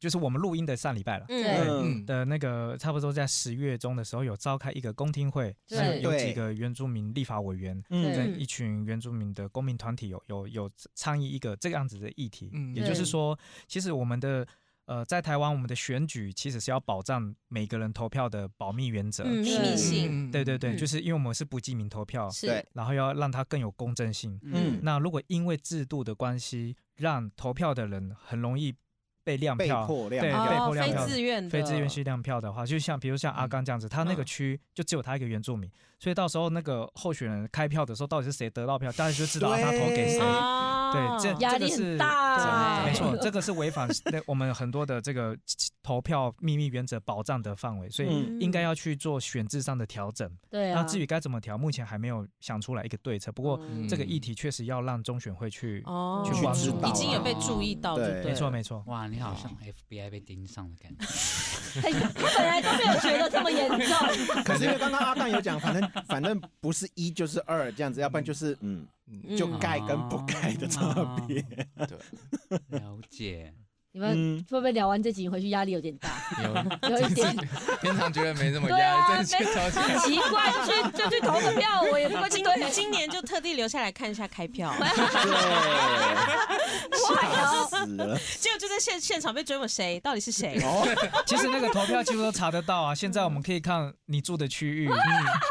S4: 就是我们录音的上礼拜了。
S5: 嗯，
S2: 嗯，
S4: 的那个差不多在十月中的时候有召开一个公听会，
S1: 对
S4: 那有有几
S2: 对
S4: 个原住民立法委员
S2: 嗯
S1: 对
S4: 跟一群原住民的公民团体有有有倡议一个这样子的议题，
S6: 嗯
S4: 也就是说，其实我们的呃在台湾我们的选举其实是要保障每个人投票的保密原则，
S5: 嗯
S1: 秘密
S5: 性
S4: 对对对，
S5: 嗯
S4: 就是因为我们是不记名投票，
S5: 是
S2: 对，
S4: 然后要让它更有公正性。
S2: 嗯
S4: 那如果因为制度的关系，让投票的人很容易被亮
S2: 被
S4: 票，
S2: 迫亮
S4: 对
S2: 票
S4: 被迫
S5: 哦，
S4: 亮
S5: 非
S4: 票
S5: 自愿的，
S4: 非自愿去亮票的话，就像比如像阿刚这样子，他那个区就只有他一个原住民，所以到时候那个候选人开票的时候，到底是谁得到票，大家就知道
S2: 对
S4: 他投给谁。
S5: 啊，
S4: 对，这
S1: 压
S4: 这个
S1: 力
S4: 是
S1: 很大，
S4: 没错，这个是违反那我们很多的这个投票秘密原则保障的范围，所以
S2: 嗯
S4: 应该要去做选制上的调整。
S1: 对啊。
S4: 那至于该怎么调，目前还没有想出来一个对策。不过
S1: 嗯
S4: 这个议题确实要让中选会去，
S5: 哦，
S4: 去关注
S5: 已经有被注意到，就对了，
S4: 没错没错。
S3: 哇，你好啊像 FBI 被盯上的感觉。
S1: 哎他本来都没有觉得这么严重，
S2: 可是因为 刚刚阿蛋有讲，反正反正不是一就是二这样子，要不然就是嗯，
S6: 嗯
S5: 嗯
S2: 就盖跟不盖的差别。
S6: 对，
S3: 哦了解，
S1: 你们
S2: 嗯
S1: 会不会聊完这集回去压力有点大？
S6: 有
S1: 有一点
S6: 平常觉得没这么
S1: 对啊
S6: 压力， 这
S1: 没
S6: 去超级
S1: 奇怪，去就去投个票，我也不会今
S5: 今
S1: 对啊，
S5: 今年就特地留下来看一下开 票，
S1: 嗯
S2: 嗯对，吓
S1: 哦
S2: 死了。
S5: 结果就在现现场被追问谁到底是谁，
S2: 哦，
S4: 其实那个投票几乎都查得到啊。现在我们可以看你住的区 域，
S1: 嗯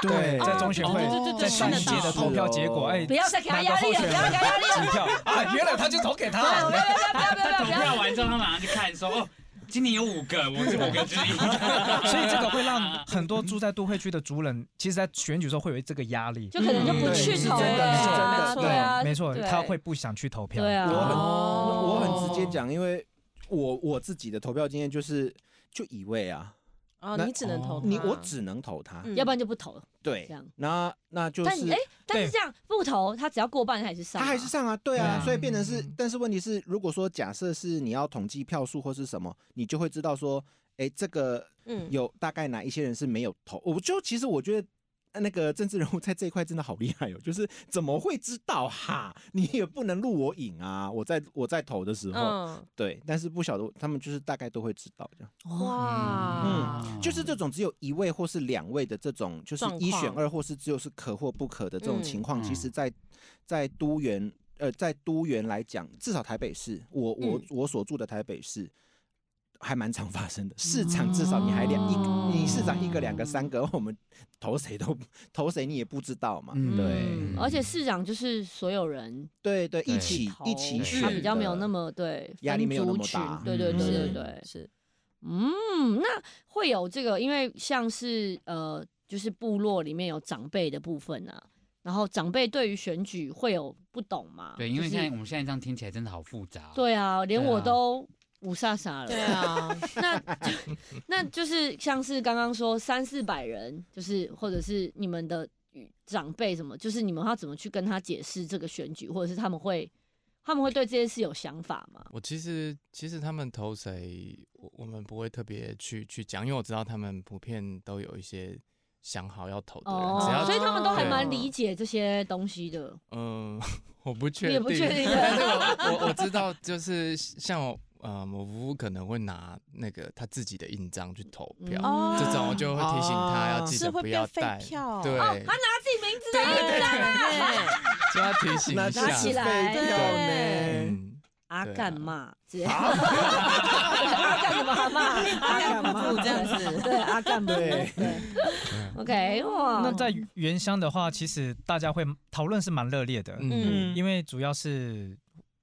S4: 对，在中选会
S1: 哦
S5: 对对对，
S4: 在上
S5: 看
S4: 一
S5: 得
S4: 届的
S5: 到，
S4: 投票结果，哎，
S1: 不要再给他
S4: 哪
S1: 压
S4: 个
S1: 力了，
S4: 候
S1: 不
S4: 选人
S1: 要再给他压力了。
S4: 几票 啊？原来他就投给他，
S3: 他他投票完之后，他马上去看说，哦，今年有五个，我是五个之一。
S4: 所以这个会让很多住在都会区的族人，其实，在选举时候会有这个压力。
S1: 就可能就不去投了，
S2: 嗯
S1: 对啊，
S4: 没错，
S1: 对
S4: 他会不想去投票。
S1: 对啊，
S2: 我很
S5: 哦
S2: 我很直接，讲，因为我我自己的投票经验就是就一位啊，
S5: 哦，
S2: 那
S5: 你只能投
S2: 你
S5: 他
S2: 我只能投他，
S5: 嗯
S1: 要不然就不投。
S2: 对
S1: 哦这样，
S2: 那那就
S1: 但
S2: 是
S1: 哎，但是这样不投，他只要过半他还是上，
S2: 他还是上啊，对
S4: 对
S2: 啊
S4: 啊，
S2: 所以变成是
S6: 嗯，
S2: 但是问题是，如果说假设是你要统计票数或是什么，你就会知道说，哎，这个
S5: 嗯
S2: 有大概哪一些人是没有投。我就其实我觉得。呃那个政治人物在这一块真的好厉害哦，就是怎么会知道哈？你也不能录我影啊！我在我在投的时候，
S5: 嗯
S2: 对，但是不晓得他们就是大概都会知道这样，
S1: 哇，
S5: 哇，
S3: 嗯
S2: 就是
S1: 哦
S2: 这种只有一位或是两位的这种，就是
S5: 状
S2: 一选
S5: 况
S2: 二或是只有是可或不可的这种
S5: 嗯
S2: 情况，其
S3: 嗯
S2: 实在在都园呃在都园来讲，至少台北市，我我、
S5: 嗯
S2: 我所住的台北市。还蛮常发生的，市场至少你还两、
S1: 哦
S2: 一，你市场一个两个三个，我们投谁都投谁你也不知道嘛，
S3: 嗯
S2: 对
S1: 而且市长就是所有人
S2: 对对，一
S3: 对
S2: 起
S1: 投
S2: 一起选
S1: 他
S2: 的，
S1: 比较没有那么对
S2: 压力没有那么
S1: 分
S2: 大
S1: 族群对对对对
S2: 嗯
S1: 对，
S5: 是
S1: 嗯，那会有这个，因为像是呃，就是部落里面有长辈的部分啊，然后长辈对于选举会有不懂嘛？
S3: 对，因为
S1: 就是
S3: 现在我们现在这样听起来真的好复杂。，
S1: 对啊，连
S3: 对啊
S1: 我都五煞煞了。
S5: 对啊，
S1: 那那就是像是刚刚说三四百人，就是或者是你们的长辈什么，就是你们要怎么去跟他解释这个选举，或者是他们会他们会对这件事有想法吗？
S6: 我其实其实他们投谁，我我们不会特别去去讲，因为我知道他们普遍都有一些想好要投的人，只要
S1: 哦所以他们都还蛮
S6: 对
S1: 理解这些东西的。
S6: 嗯， 我不确
S1: 你
S6: 定，
S1: 也不确定
S6: 但是我我我知道，就是像我呃，我夫妇可能会拿那个他自己的印章去投
S1: 嗯
S6: 票，
S5: 哦
S6: 这种我就会提醒他要记
S5: 是
S6: 得
S5: 会
S6: 不要
S5: 变废
S6: 带，
S5: 票，
S1: 哦，
S6: 对，
S1: 他拿自己名字的印章啊！
S6: 就要提醒
S2: 那
S6: 一
S1: 拿起
S2: 是
S6: 下。
S1: 来
S2: 废票呢。
S6: 嗯，
S1: 阿
S6: 对啊
S1: 干嘛？直接阿干嘛嘛？阿干嘛
S5: 干嘛这样子
S1: 对，阿干嘛？
S2: 对
S1: 对，OK
S6: 嗯
S1: 哇。
S4: 那在原乡的话，其实大家会讨论是蛮热烈的，
S6: 嗯，
S4: 因为主要是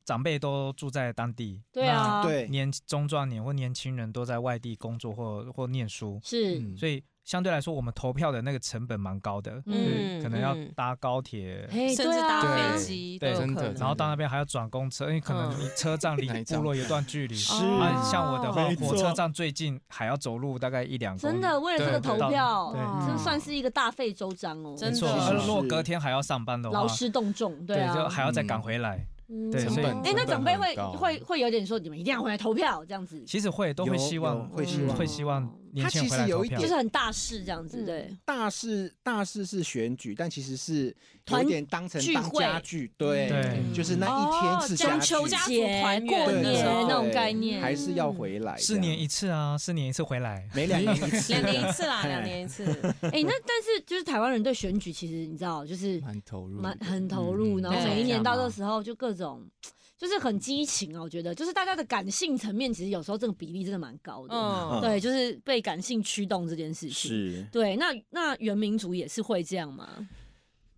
S4: 长辈都住在当地，
S1: 对啊，，
S2: 对，
S4: 年中壮年或年轻人都在外地工作或或念书，
S1: 是
S6: 嗯
S4: 所以相对来说，我们投票的那个成本蛮高的，
S1: 嗯
S4: 就是可能要
S5: 嗯
S4: 搭高铁，
S1: 哎，
S5: 甚至
S1: 对啊
S5: 搭
S6: 对
S5: 飞机都
S4: 对
S5: 有可
S6: 真的
S5: 能，
S6: 真
S4: 然后到那边还要转公车，因为可能
S5: 嗯
S4: 你车站离
S6: 哪一
S4: 部
S6: 站
S4: 落有段距离。
S2: 是
S4: 啊，
S1: 哦
S4: 像我的话
S2: 没，错
S4: 火车站最近还要走路大概一两公里，
S1: 真的为了这个
S4: 对
S1: 投票哦
S4: 对，
S5: 哇
S1: 这算是一个大费周章哦，
S5: 嗯真
S4: 没
S5: 的
S4: 错。啊
S2: 是
S4: 如果隔天还要上班的话，
S1: 劳师动众，
S4: 对，就
S1: 啊。
S4: 还要再赶回来。
S1: 嗯
S4: 对
S6: 成
S4: 所以
S6: 本
S1: 哎，那长辈会
S6: 成本
S4: 啊
S6: 很高
S1: 会会有点说你们一定要回来投票这样子，
S4: 其实会都
S2: 有
S4: 会希
S2: 有
S4: 望，
S2: 会
S1: 希
S4: 嗯
S1: 望
S4: 会希望年轻人回
S2: 它
S4: 来
S2: 其实有
S4: 投
S2: 一
S4: 票
S1: 就
S2: 点
S1: 是很大事这样子，
S5: 嗯
S1: 对，
S2: 大事大事是选举，但其实是有
S1: 团
S2: 点当成
S1: 聚
S2: 当
S1: 会嗯
S2: 家具，对，
S4: 对
S2: 就是那一
S1: 哦
S2: 天是
S5: 中
S2: 家具，
S5: 秋家族团圆
S1: 过
S2: 对
S5: 的
S1: 年
S5: 时候
S1: 那种概
S2: 还
S1: 念，
S2: 是要回来，
S4: 四年一，次啊，四年一次回来。
S2: 每两年一次，
S5: 两年一次啦，
S2: 嘿
S5: 两年一次，
S1: 哎，那但是就是台湾人对选举其实你知道就是
S6: 蛮投入的，
S1: 蛮很投入，
S6: 嗯
S1: 然后每一
S5: 对
S1: 年到这
S6: 干嘛
S1: 时候就各种。就是很激情啊，我觉得，就是大家的感性层面，其实有时候这个比例真的蛮高的。
S5: 嗯，
S1: 对，就是被感性驱动这件事情。
S2: 是
S1: 对，那那原民族也是会这样吗？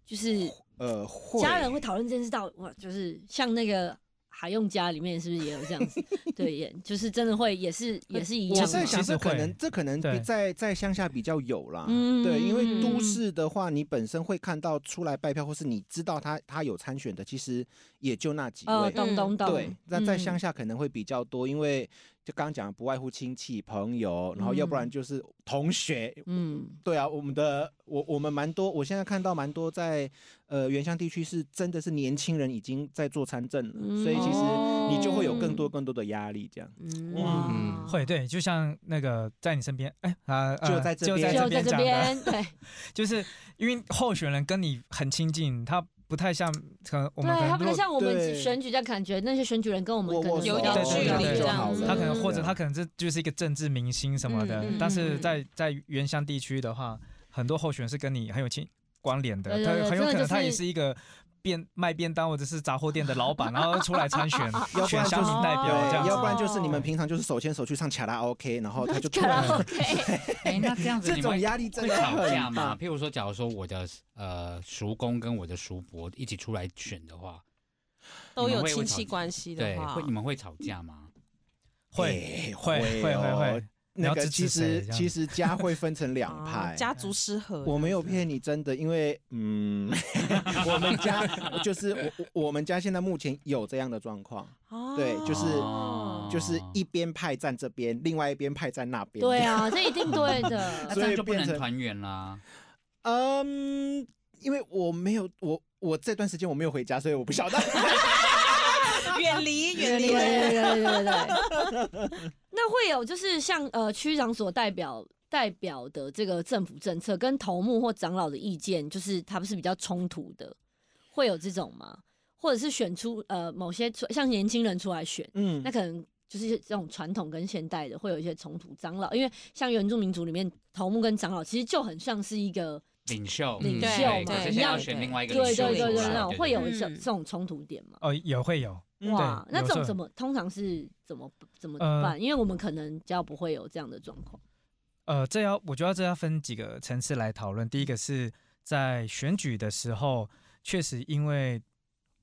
S1: 就是
S2: 呃，
S1: 家人会讨论这件事到哇，就是像那个海用家里面是不是也有这样子？ 对，也就是真的会，也是也是一
S2: 我
S1: 样
S2: 在
S1: 吗。
S2: 想，
S4: 其实
S2: 这可
S4: 会
S2: 能这可能
S4: 对
S2: 比在在乡下比较有啦，
S1: 嗯
S2: 对，因为
S1: 嗯
S2: 都市的话，你本身会看到出来拜票，或是你知道他他有参选的，其实也就那几
S1: 呃，
S2: 位。
S1: 懂懂嗯懂。
S2: 对，那在乡
S1: 下，
S2: 下可能会比较多，因为就刚刚讲的不外乎亲戚朋友，然后要不然就是同学。
S1: 嗯，
S2: 对啊，我们的我我们蛮多，我现在看到蛮多在呃原乡地区是真的是年轻人已经在做参政了，
S1: 嗯
S2: 所以其实你就会有更多
S1: 哦
S2: 更多的压力这样。
S1: 嗯
S2: 哇
S6: 嗯
S4: 会对，就像那个在你身边，哎啊，呃
S2: 就在这
S4: 就
S2: 边
S4: 在
S1: 就在
S4: 这边
S1: 这
S4: 讲的，
S1: 边，对
S4: 就是因为候选人跟你很亲近，他不太像，可能我
S1: 对
S4: 们可，
S1: 他
S4: 能
S1: 不
S4: 如
S1: 能
S4: 果
S1: 像我们
S2: 对
S1: 选举这样感觉，那些选举人跟我们
S2: 我
S1: 可能
S2: 我
S5: 有
S2: 手
S5: 点
S2: 到
S4: 距
S2: 这样
S4: 离
S2: 哦就
S4: 这样
S2: 好
S5: 子
S2: 了
S4: 他可能或者
S2: 对啊
S4: 他可能这就是一个政治明星什么的，
S5: 嗯
S1: 嗯
S4: 但
S1: 嗯
S4: 是
S1: 嗯
S4: 在在原乡地区的话，很多候选人是跟你很有亲关联的
S1: 对，对对
S4: 他很有
S1: 真的
S4: 可能
S1: 就
S4: 他也
S1: 是
S4: 是一个便卖便当或者是杂货店的老板，然后出来参 选
S2: 不然
S4: 选
S2: 就是
S4: 乡民
S1: 哦
S4: 代表
S2: 对，
S4: 这样
S2: 要
S4: 子。
S2: 不然就是你们平常就是手牵手去唱卡拉 OK，然后 他就突
S1: 卡拉
S2: 然
S1: OK，
S3: 哎，那这样 子
S2: 这
S3: 你
S2: 种
S3: 会
S2: 压力真
S3: 会
S2: 的
S3: 吵架
S2: 很大。
S3: 吗？譬如说，假如说我的呃叔公跟我的叔伯一起出来选的话，
S5: 都
S3: 你
S5: 有
S3: 们会
S5: 亲
S3: 会吵
S5: 戚关系
S3: 对，
S5: 的话啊
S3: 会，你们会吵架吗？
S4: 会
S2: 哎
S4: 会
S2: 会
S4: 会会
S2: 哦
S4: 会，你
S2: 那
S4: 要
S2: 个
S4: 支
S2: 其
S4: 持谁
S2: 实
S4: 这样
S2: 其实家 会分成两
S1: 哦
S5: 啊
S2: 派，
S5: 家族失和，
S2: 我没有骗你，真的，因为 嗯，我们家就是我我我们家现在目前有这样的状况，
S5: 啊，
S2: 对就是
S5: 哦
S2: 就是一边派站这边，另外一边派站那边。
S1: 对，啊，这一定对的
S2: 所
S3: 那。 啊这
S2: 以
S3: 样就不
S2: 变
S3: 能
S2: 成
S3: 团圆啦。
S2: 嗯，因为我没有我我这段时间我没有回家，所以我 不晓得。
S5: 远离
S1: 对
S5: 远离
S1: 对，对对对对。那会有就是像呃区长所代表代表的这个政府政策跟头目或长老的意见，就是他们是比较冲突的，会有这种吗？或者是选出呃某些出像年轻人出来选，
S2: 嗯
S1: 那可能就是这种传统跟现代的会有一些冲突。长老因为像原住民族里面头目跟长老其实就很像是一个
S3: 领袖，
S1: 领
S3: 对
S1: 袖
S3: 可
S1: 嘛
S3: 是
S1: 一
S3: 现在
S1: 样
S3: 要选另外一个
S1: 对
S5: 领
S1: 对
S5: 袖
S1: 对对
S5: 出
S1: 对
S5: 来
S1: 那种会有
S5: 对
S1: 这
S5: 嗯
S1: 这种冲突点吗？
S4: 哦，有会有，
S1: 哇，
S4: 对
S1: 那
S4: 有
S1: 这
S4: 时
S1: 种
S4: 候
S1: 怎么通常是怎么怎么
S4: 呃
S1: 办？因为我们可能比较不会有这样的状况。
S4: 呃，这要我觉得这要分几个层次来讨论。第一个是在选举的时候，确实因为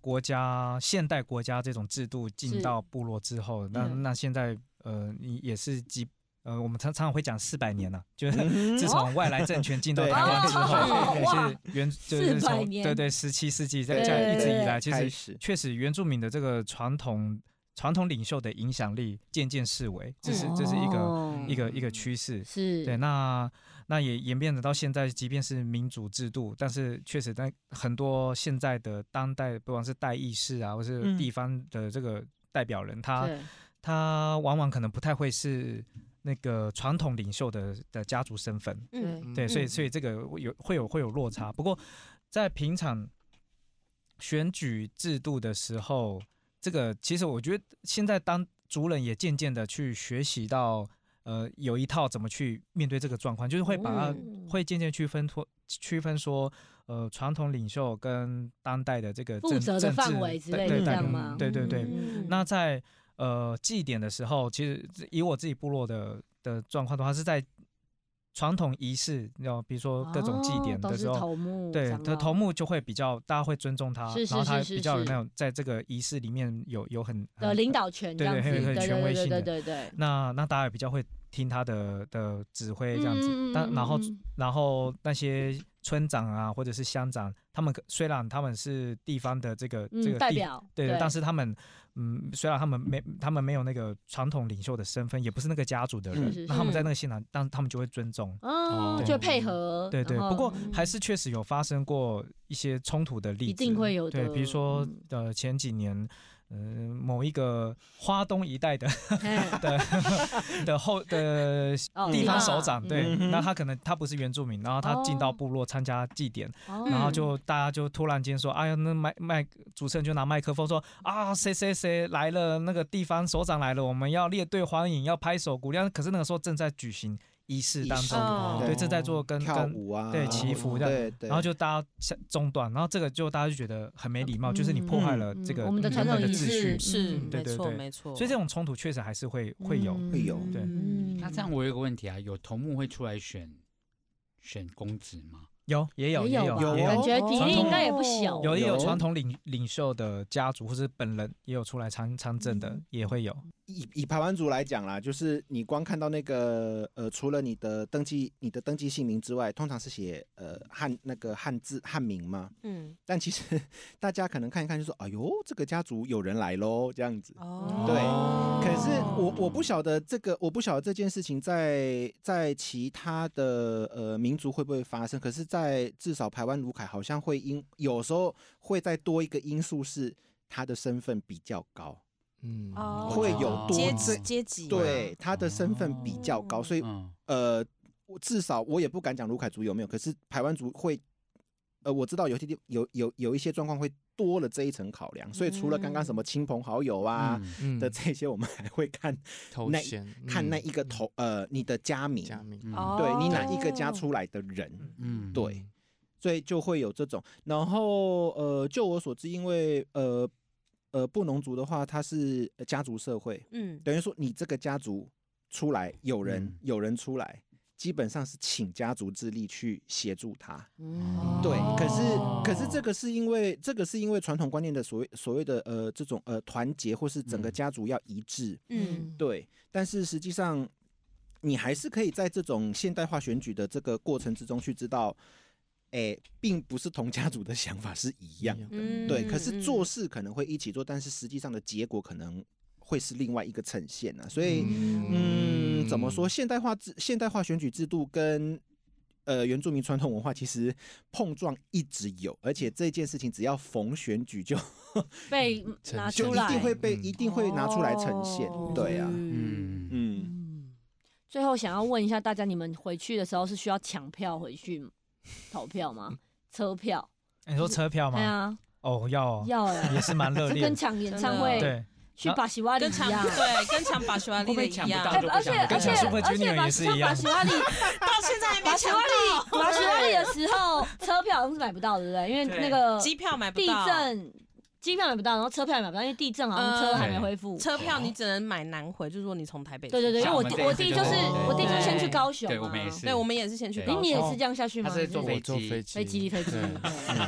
S4: 国家现代国家这种制度
S1: 是
S4: 进到部落之后，那
S1: 嗯
S4: 那现在呃，你也是几呃，我们常常常会讲四百年了、就是。
S2: 嗯
S4: 自从外来政权进到台湾之
S1: 哦
S4: 后，
S1: 哇
S4: 是原就是
S1: 400
S4: 从
S1: 年
S4: 对对十七世纪在
S1: 对
S4: 这样一直
S1: 对
S4: 以来，其
S2: 开
S4: 实
S2: 始
S4: 确实原住民的这个传统传统领袖的影响力渐渐式微，这是这是一个
S1: 哦
S4: 一个一个
S6: 嗯
S4: 趋势。
S1: 是，
S4: 对，那那也演变得到现在，即便是民主制度，但是确实在很多现在的当代，不管是代议士啊，或是
S2: 嗯
S4: 地方的这个代表人，他
S1: 对
S4: 他往往可能不太会是那个传统领袖的的家族身份，
S5: 嗯，
S4: 对，所以
S5: 嗯
S4: 所以这个会有会有会有落差。不过在平常选举制度的时候，这个其实我觉得现在当族人也渐渐的去学习到，呃，有一套怎么去面对这个状况，就是会把它、
S1: 嗯
S4: 会渐渐区分脱区分说，呃，传统领袖跟当代的这个
S1: 负
S4: 政
S1: 责的
S4: 政治
S1: 范围之
S4: 对
S1: 类
S4: 对
S1: 的这
S4: 代
S1: 样
S4: 表
S1: 吗？
S4: 对对对，
S1: 嗯
S4: 那在呃祭典的时候，其实以我自己部落的的状况的话，是在传统仪式，要比如说各种祭典
S1: 哦
S4: 的时
S1: 都是
S4: 候，
S1: 头目哦
S4: 对
S1: 长
S4: 的
S1: 老
S4: 头目就会比较大家会尊重他，
S1: 是是
S4: 然后他
S1: 是
S4: 比较有
S1: 是
S4: 那种在这个仪式里面有有很
S1: 的
S4: 很
S1: 呃领导权这
S4: 对
S1: 样子，
S4: 对很有
S1: 对
S4: 权威
S1: 对
S4: 性
S1: 对
S4: 的
S1: 对对，
S4: 那那大家也比较会听他的的指挥这样子，
S1: 嗯
S4: 但然后
S1: 嗯嗯嗯
S4: 然后那些村长啊或者是乡长，他们可虽然他们是地方的这个、这
S1: 嗯
S4: 个
S1: 代
S4: 地
S1: 表
S4: 对但是他们，嗯，虽然他们没，他们没有那个传统领袖的身份，也不是那个家族的人，
S1: 是是
S4: 那他们在
S1: 是
S4: 那个现场，但他们就会尊重。
S1: 哦，
S6: 对
S1: 就配合，
S4: 对对，
S1: 然
S4: 不
S1: 后
S4: 过还是确实有发生过一些冲突的例子，
S1: 一定会有
S4: 对，比
S1: 的
S4: 如说
S1: 嗯
S4: 呃前几年，嗯、某一个花东一带的
S1: 嗯 嘿
S4: 的的后的
S1: 哦
S4: 地方首
S1: 啊
S4: 长，对，
S2: 嗯
S4: 那他可能他不是原住民，然后他进到
S1: 哦
S4: 部落参加祭典，
S1: 哦
S4: 然后
S5: 嗯
S4: 就大家就突然间说，哎呀，那麦麦主持人就拿麦克风说啊，谁谁谁来了，那个地方首长来了，我们要列队欢迎，要拍手鼓励。可是那个时候正在举行仪式当
S2: 仪式
S4: 中，
S5: 哦
S4: 对，正在做跟
S2: 跳
S4: 跟。
S2: 舞啊，
S4: 对祈福这样
S2: 对对，
S4: 然后就大家下中断，然后这个就大家就觉得很没礼貌，就是你破坏了
S1: 嗯
S4: 这个
S1: 我们的
S4: 他
S1: 传
S4: 们
S1: 统
S4: 的
S1: 仪
S4: 秩
S1: 式
S4: 序，
S5: 是
S1: 嗯
S4: 对
S5: 没
S4: 对
S5: 错
S4: 对
S5: 没错，
S4: 所以这种冲突确实还是会会有。
S1: 嗯
S2: 会有
S1: 嗯
S2: 对
S1: 嗯
S3: 那这样我有个问题啊，有头目会出来选选公子吗？
S4: 有也有
S1: 也有
S4: 有
S1: 吧
S2: 有
S4: 也
S1: 感
S4: 有
S1: 觉比
S4: 传
S1: 例
S4: 统
S1: 应该也不小，
S4: 有也有
S2: 有
S4: 传统领领袖的家族或是本人也有出来参参政的
S1: 嗯，
S4: 也会有。
S2: 以以排湾族来讲啦，就是你光看到那个呃，除了你的登记、你的登记姓名之外，通常是写呃汉那个汉字汉名嘛。
S5: 嗯
S2: 但其实大家可能看一看就说，哎呦，这个家族有人来喽，这样子。
S5: 哦，
S2: 对可
S5: 对
S2: 是我我不晓得这个，我不晓得这件事情在在其他的呃民族会不会发生，可是，在至少台湾卢凯好像会因有时候会再多一个因素是他的身份比较高，
S6: 嗯
S5: 哦
S2: 会有多
S5: 阶
S2: 这
S5: 级阶级
S2: 对他的身份比较高，所以
S3: 嗯，
S2: 呃，我至少我也不敢讲卢凯族有没有，可是台湾族会，呃，我知道有些地有有有一些状况会多了这一层考量，所以除了刚刚什么亲朋好友啊。
S3: 嗯
S6: 嗯
S2: 的这些，我们还会看
S6: 头
S2: 那
S6: 衔
S2: 看那一个
S6: 嗯
S2: 头，呃，你的家名，
S6: 加名，
S3: 嗯
S5: 哦
S2: 对你哪一个家出来的人，
S3: 嗯
S2: 对所以就会有这种。然后呃，就我所知，因为呃呃布农族的话，它是呃家族社会，
S5: 嗯
S2: 等于说你这个家族出来有人、
S3: 嗯
S2: 有人出来，基本上是请家族之力去协助他。
S1: 嗯
S2: 对，可是可是
S5: 哦
S2: 这个是因为这个是因为传统观念的所谓所谓的呃这种呃团结或是整个
S3: 嗯
S2: 家族要一致，
S5: 嗯
S2: 对，但是实际上，你还是可以在这种现代化选举的这个过程之中去知道，哎，并不是同家族的想法是一样，
S5: 嗯，
S2: 对。可
S5: 嗯
S2: 是做事可能会一起做，但是实际上的结果可能会是另外一个呈现啊。所以，嗯，怎么说？？现代化制现代化选举制度跟呃原住民传统文化其实碰撞一直有，而且这件事情只要逢选举就
S1: 被
S6: 呈
S1: 拿
S2: 就
S1: 出
S2: 一
S1: 来
S2: 定会被
S6: 嗯
S2: 一定会拿出来呈现
S5: 哦，
S2: 对啊，
S1: 嗯
S3: 嗯，
S2: 嗯。
S1: 嗯，最后想要问一下大家，你们回去的时候是需要抢票回去投票吗？车票？
S4: 哎你说车嗯票吗
S1: 对？啊，
S4: 哦，要哦
S1: 要哎
S4: 也，是蛮热
S1: 这
S4: 烈
S1: 跟
S4: 的。
S1: 抢演唱会
S5: 真的
S4: 对，
S1: 去巴西瓦里
S5: 跟
S1: 一
S5: 抢
S1: 样。
S5: 对跟抢把匈牙利的
S3: 会
S5: 一
S3: 不会抢不
S5: 样，
S3: 到
S1: 哎
S3: 就
S1: 而且
S3: 不想
S1: 而且
S4: 跟 Super
S1: 而且
S4: Junior
S1: 把
S4: 也是一样
S1: 巴西瓦里
S5: 到现在还没
S1: 巴西
S5: 抢
S1: 瓦里
S5: 到，
S1: 巴西瓦里的时候，车票好像是买不到，对不对？因为那个
S5: 机票买不
S1: 地
S5: 到，
S1: 震，机票买不到，然后车票也买不到，因为地震好像车还没恢复。
S5: 车票你只能买南回，就是说你从台北
S1: 对对对，因
S5: 出
S1: 为我
S5: 发
S3: 像
S1: 弟
S3: 我们
S1: 我
S3: 这一
S1: 弟
S3: 次
S1: 就是
S3: 就
S6: 哦
S1: 我弟就是先去高雄
S3: 对
S1: 啊，
S3: 我们也是，
S5: 对我们也是先去
S3: 对
S5: 高
S1: 你也
S5: 雄，
S1: 是这样下去吗？
S3: 他是坐
S1: 还
S6: 我坐
S3: 飞机
S6: 飞机，
S1: 飞机飞机。
S6: 对
S2: 嗯
S1: 对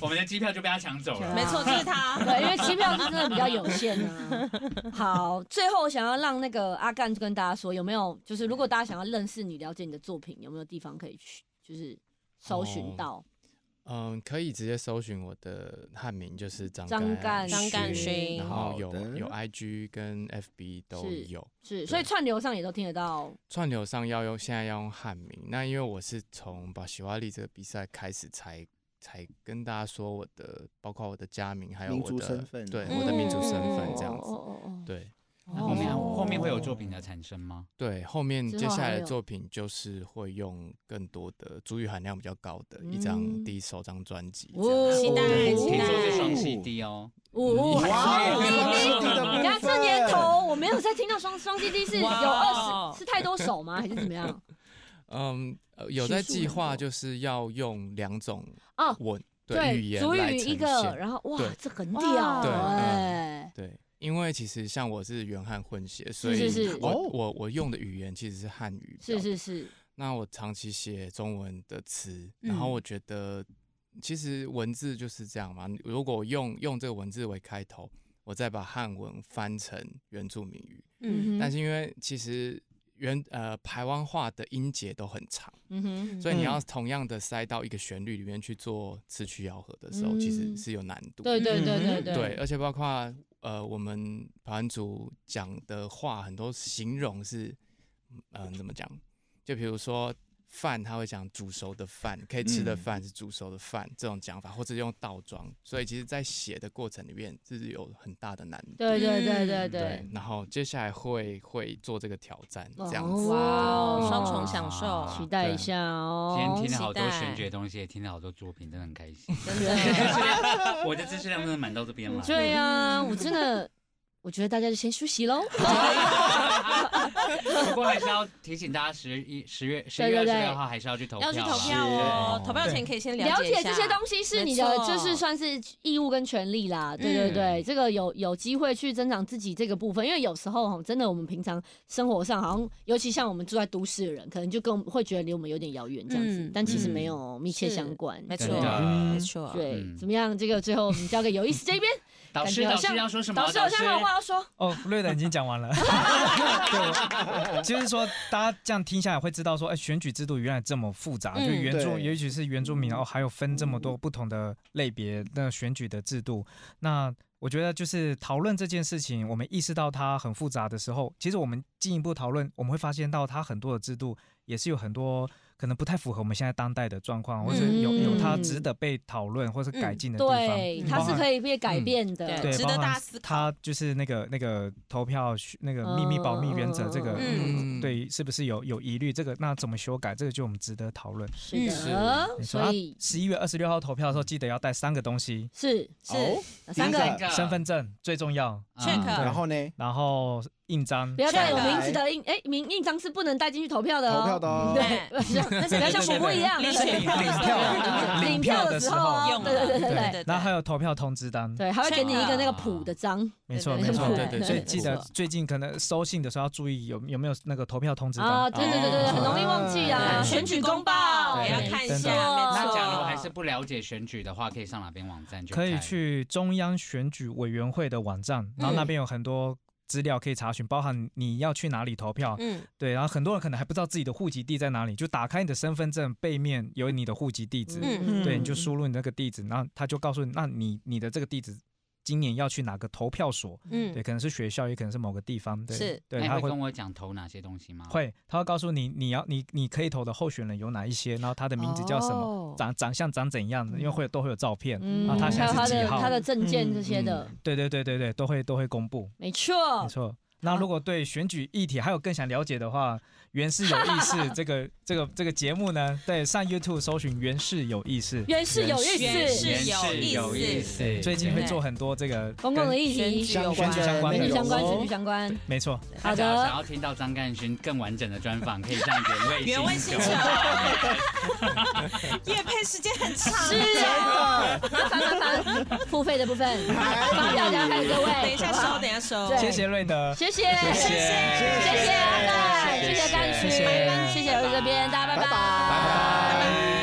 S3: 我们的机票就被他抢走了。
S5: 没错，就是 他，
S1: 对，因为机票是真的比较有限啊。好，最后我想要让那个阿干跟大家说，有没有就是如果大家想要认识你、了解你的作品，有没有地方可以去，就是搜寻到？
S6: 嗯，可以直接搜寻我的汉名，就是张
S1: 张干
S5: 张干
S1: 勋
S5: 勋
S6: 然后
S2: 好
S6: 有
S2: 的
S6: 有 IG 跟 FB 都
S1: 是
S6: 有。
S1: 是，所以串流上也都听得到。
S6: 串流上要用现在要用汉名，那因为我是从巴西瓦利这个比赛开始才才跟大家说我的，包括我的家名，还有
S2: 民
S6: 我
S2: 族
S6: 的
S2: 身份
S6: 对
S2: 嗯
S6: 我的民族身份这样子。
S1: 哦哦哦
S6: 对
S1: 哦
S3: 那后面
S1: 哦
S3: 后面会有作品的产生吗？
S6: 对，后面
S1: 之
S6: 接
S1: 后
S6: 下
S1: 还
S6: 来的
S1: 有
S6: 作品就是会用更多的主语含量比较高的一张
S1: 嗯
S6: 第一首张专辑这
S1: 哦
S6: 样子。
S5: 期待
S1: 对
S5: 期
S3: 听说
S5: 待
S3: 是双 CD 哦，
S1: 哦，
S2: 哇
S1: 双 CD
S2: 弟的部
S1: 你看这
S2: 分
S1: 年头，我没有在听到双双 CD 是有
S5: 哇
S1: 二十是太多首吗？还是怎么样？
S6: 嗯，呃有
S1: 叙
S6: 在
S1: 述
S6: 计
S1: 很
S6: 划
S1: 多
S6: 就是要用两种
S1: 哦
S6: 文对
S1: 对，
S6: 语言
S1: 主
S6: 来
S1: 语
S6: 呈
S1: 一
S6: 现。
S1: 个，然后哇
S6: 对，
S1: 这很屌
S5: 对
S1: 哎，
S6: 对，因为其实像我是原汉混血，所
S1: 是
S6: 以
S1: 是是
S6: 我、
S2: 哦
S6: 我我用的语言其实是汉语。
S1: 是。是是，
S6: 那我长期写中文的词，然后
S1: 嗯
S6: 我觉得其实文字就是这样嘛。如果我用用这个文字为开头，我再把汉文翻成原住民语，
S5: 嗯
S1: 嗯
S6: 但
S1: 哼，
S6: 是因为其实原呃台湾话的音节都很长，
S1: 嗯哼，
S6: 所以你
S2: 嗯
S6: 要同样的塞到一个旋律里面去做词曲咬合的时候，其实
S1: 嗯
S6: 是有难度的。
S1: 对对对对
S5: 嗯
S6: 对，，而且包括呃，我们台湾族讲的话，很多形容是，嗯、怎么讲？就比如说饭，他会讲煮熟的饭，可以吃的
S2: 嗯
S6: 饭是煮熟的饭、这种讲法，或者用倒装。所以其实，在写的过程里面，是有很大的难度。
S1: 对对对对
S5: 嗯
S1: 对，
S6: 然后接下来会会做这个挑战，这样
S1: 哦
S6: 子。
S5: 哇哦，
S1: 哇
S5: 双重享受，
S1: 期待一下
S3: 今天
S1: 哦
S3: 听。了好多
S5: 期待
S3: 玄学的东西，也听了好多作品，真的很 开心。
S5: 真的
S3: 我的知识量真的满到这边了。
S1: 对啊呀，我真的，我觉得大家就先休息喽。
S3: 不过还是要提醒大家，十一、十月、十
S1: 对
S3: 一月
S1: 对
S3: 二十
S1: 对
S3: 六号还是要去投票
S5: 要
S3: 啊，
S5: 去投票哦，
S2: 是
S5: 投票前可以先
S1: 了
S5: 解一
S1: 解
S5: 下
S1: 这些东西是你
S5: 没
S1: 的，
S5: 错嗯
S1: 就是算是义务跟权利啦。对对对，这个有有机会去增长自己这个部分，因为有时候哈，真的我们平常生活上好像，尤其像我们住在都市的人，可能就跟我们会觉得离我们有点遥远这样子，
S5: 嗯
S1: 但其实
S3: 嗯
S1: 没有密切
S5: 是
S1: 相关。
S5: 没
S1: 对
S5: 错
S3: 真的
S5: 没错，
S1: 对，
S3: 嗯
S1: 怎么样？这个最后我们交给有意思这边，
S3: 导师，
S1: 感觉
S3: 导
S1: 好像
S3: 师要说什么？
S1: 导师好像还有话要说。
S4: 哦，瑞德已经讲 完了。对，就是说大家这样听下来会知道说，哎，选举制度原来这么复杂，就
S5: 嗯
S4: 原住，
S2: 对
S4: 尤其是原住民，然后哦还有分这么多不同的类别的选举的制度。那我觉得就是讨论这件事情，我们意识到它很复杂的时候，其实我们进一步讨论，我们会发现到它很多的制度也是有很多可能不太符合我们现在当代的状况，或者有有它值得被讨论或是改进的地方。
S1: 嗯对，
S5: 嗯
S1: 它是
S4: 包含
S1: 可以被改
S4: 嗯
S1: 变的。
S5: 对
S4: 对，
S5: 值得
S4: 包含
S5: 大家思考
S4: 他就是那个那个投票那
S1: 嗯
S4: 个秘密保密原则，这个、
S5: 嗯
S6: 嗯
S4: 对是不是有有疑虑？这个那怎么修改？这个就我们值得讨论。
S1: 是
S5: 嗯
S1: 的，
S6: 是
S4: 没错
S1: 所以
S4: 啊十一月二十六号投票的时候，记得要带三个东西：
S1: 是
S2: 哦
S1: 哪三
S2: 第一
S1: 个
S2: 个，
S4: 身份证最重要，
S3: 嗯
S5: check
S2: 然后呢，
S4: 然后印章
S1: 不。要带有名字
S2: 是
S1: 的印，哎，名印章是不能带进去投票的哦。
S2: 投票的哦
S1: 对，不要像不要像伯伯一样，
S5: 领选票的时候
S1: 领
S4: 领
S1: 票
S4: 票
S1: 的
S4: 的
S1: 时
S4: 时
S1: 候
S4: 候
S1: 哦，
S5: 用
S1: 对对对对对对
S5: 对
S4: 然后还有投票通知单，
S1: 对，还会给你一个那个谱的章
S4: 没错
S1: 对
S4: 没
S1: 对
S4: 错，
S1: 对对
S4: 所以
S1: 对
S4: 记得最近可能收信的时候要注意有有没有那个投票通知单
S1: 啊，对对对对对，
S6: 哦
S1: 很容易忘记啊，
S5: 对
S1: 选举公报
S5: 也
S4: 对
S5: 要
S1: 没
S5: 看一
S4: 真
S5: 下，
S4: 的
S1: 错
S5: 没
S3: 那
S5: 错
S3: 假如还是不了解选举的话，可以上哪边网站去看？
S4: 可以去中央选举委员会的网站，然
S1: 嗯
S4: 后那边有很多资料可以查询，包含你要去哪里投票。
S5: 嗯，
S4: 对，然后很多人可能还不知道自己的户籍地在哪里，就打开你的身份证背面有你的户籍地址，
S5: 嗯
S4: 对，你就输入你那个地址，然后他就告诉你，那你你的这个地址今年要去哪个投票所？
S5: 嗯
S4: 对，可能是学校，也可能是某个地方。对，
S5: 是
S4: 对，
S3: 那
S4: 他
S3: 你会
S4: 会
S3: 跟我讲投哪些东西吗？
S4: 会，他会告诉你你要你你可以投的候选人有哪一些，然后他的名字叫什么，
S5: 么
S4: 长长相长怎样，因为会有都会有照片。
S1: 嗯，
S4: 然后他现
S1: 还
S4: 在
S1: 有他的
S4: 是几号
S1: 他的证件这些的，
S4: 对对对对对，都会都会公布，
S1: 没错
S4: 没，错。那如果对选举议题还有更想了解的话，《原是有意 识》这个这个这个节目呢，对，上 YouTube 搜寻《原是有意识》，
S1: 原是有意
S5: 原
S1: 思，
S5: 是有意思
S3: 有意思，
S4: 最近会做很多这个
S1: 公共的
S4: 跟
S1: 议题，
S5: 选
S2: 相关
S4: 选举相关
S1: 选举
S4: 内容
S1: 相关，选举
S2: 哦
S1: 相关，
S4: 没错，
S1: 好
S3: 大家想
S1: 的。
S3: 要听到张干勋更完整的专访，可以 上原味
S5: 原味
S3: 星
S5: 星
S3: 球
S5: 球。 夜配时间很长，
S1: 是啊，麻烦麻烦，付费的部分，发票等一下看各位，
S5: 等一下
S1: 好不好
S5: 收，等一下收，
S1: 对
S4: 谢谢瑞德，
S1: 谢谢，谢谢，谢谢阿蛋，谢谢甘
S4: 谢
S1: 旭，
S4: 谢
S1: 谢谢我这边，大家拜拜，拜
S2: 拜拜。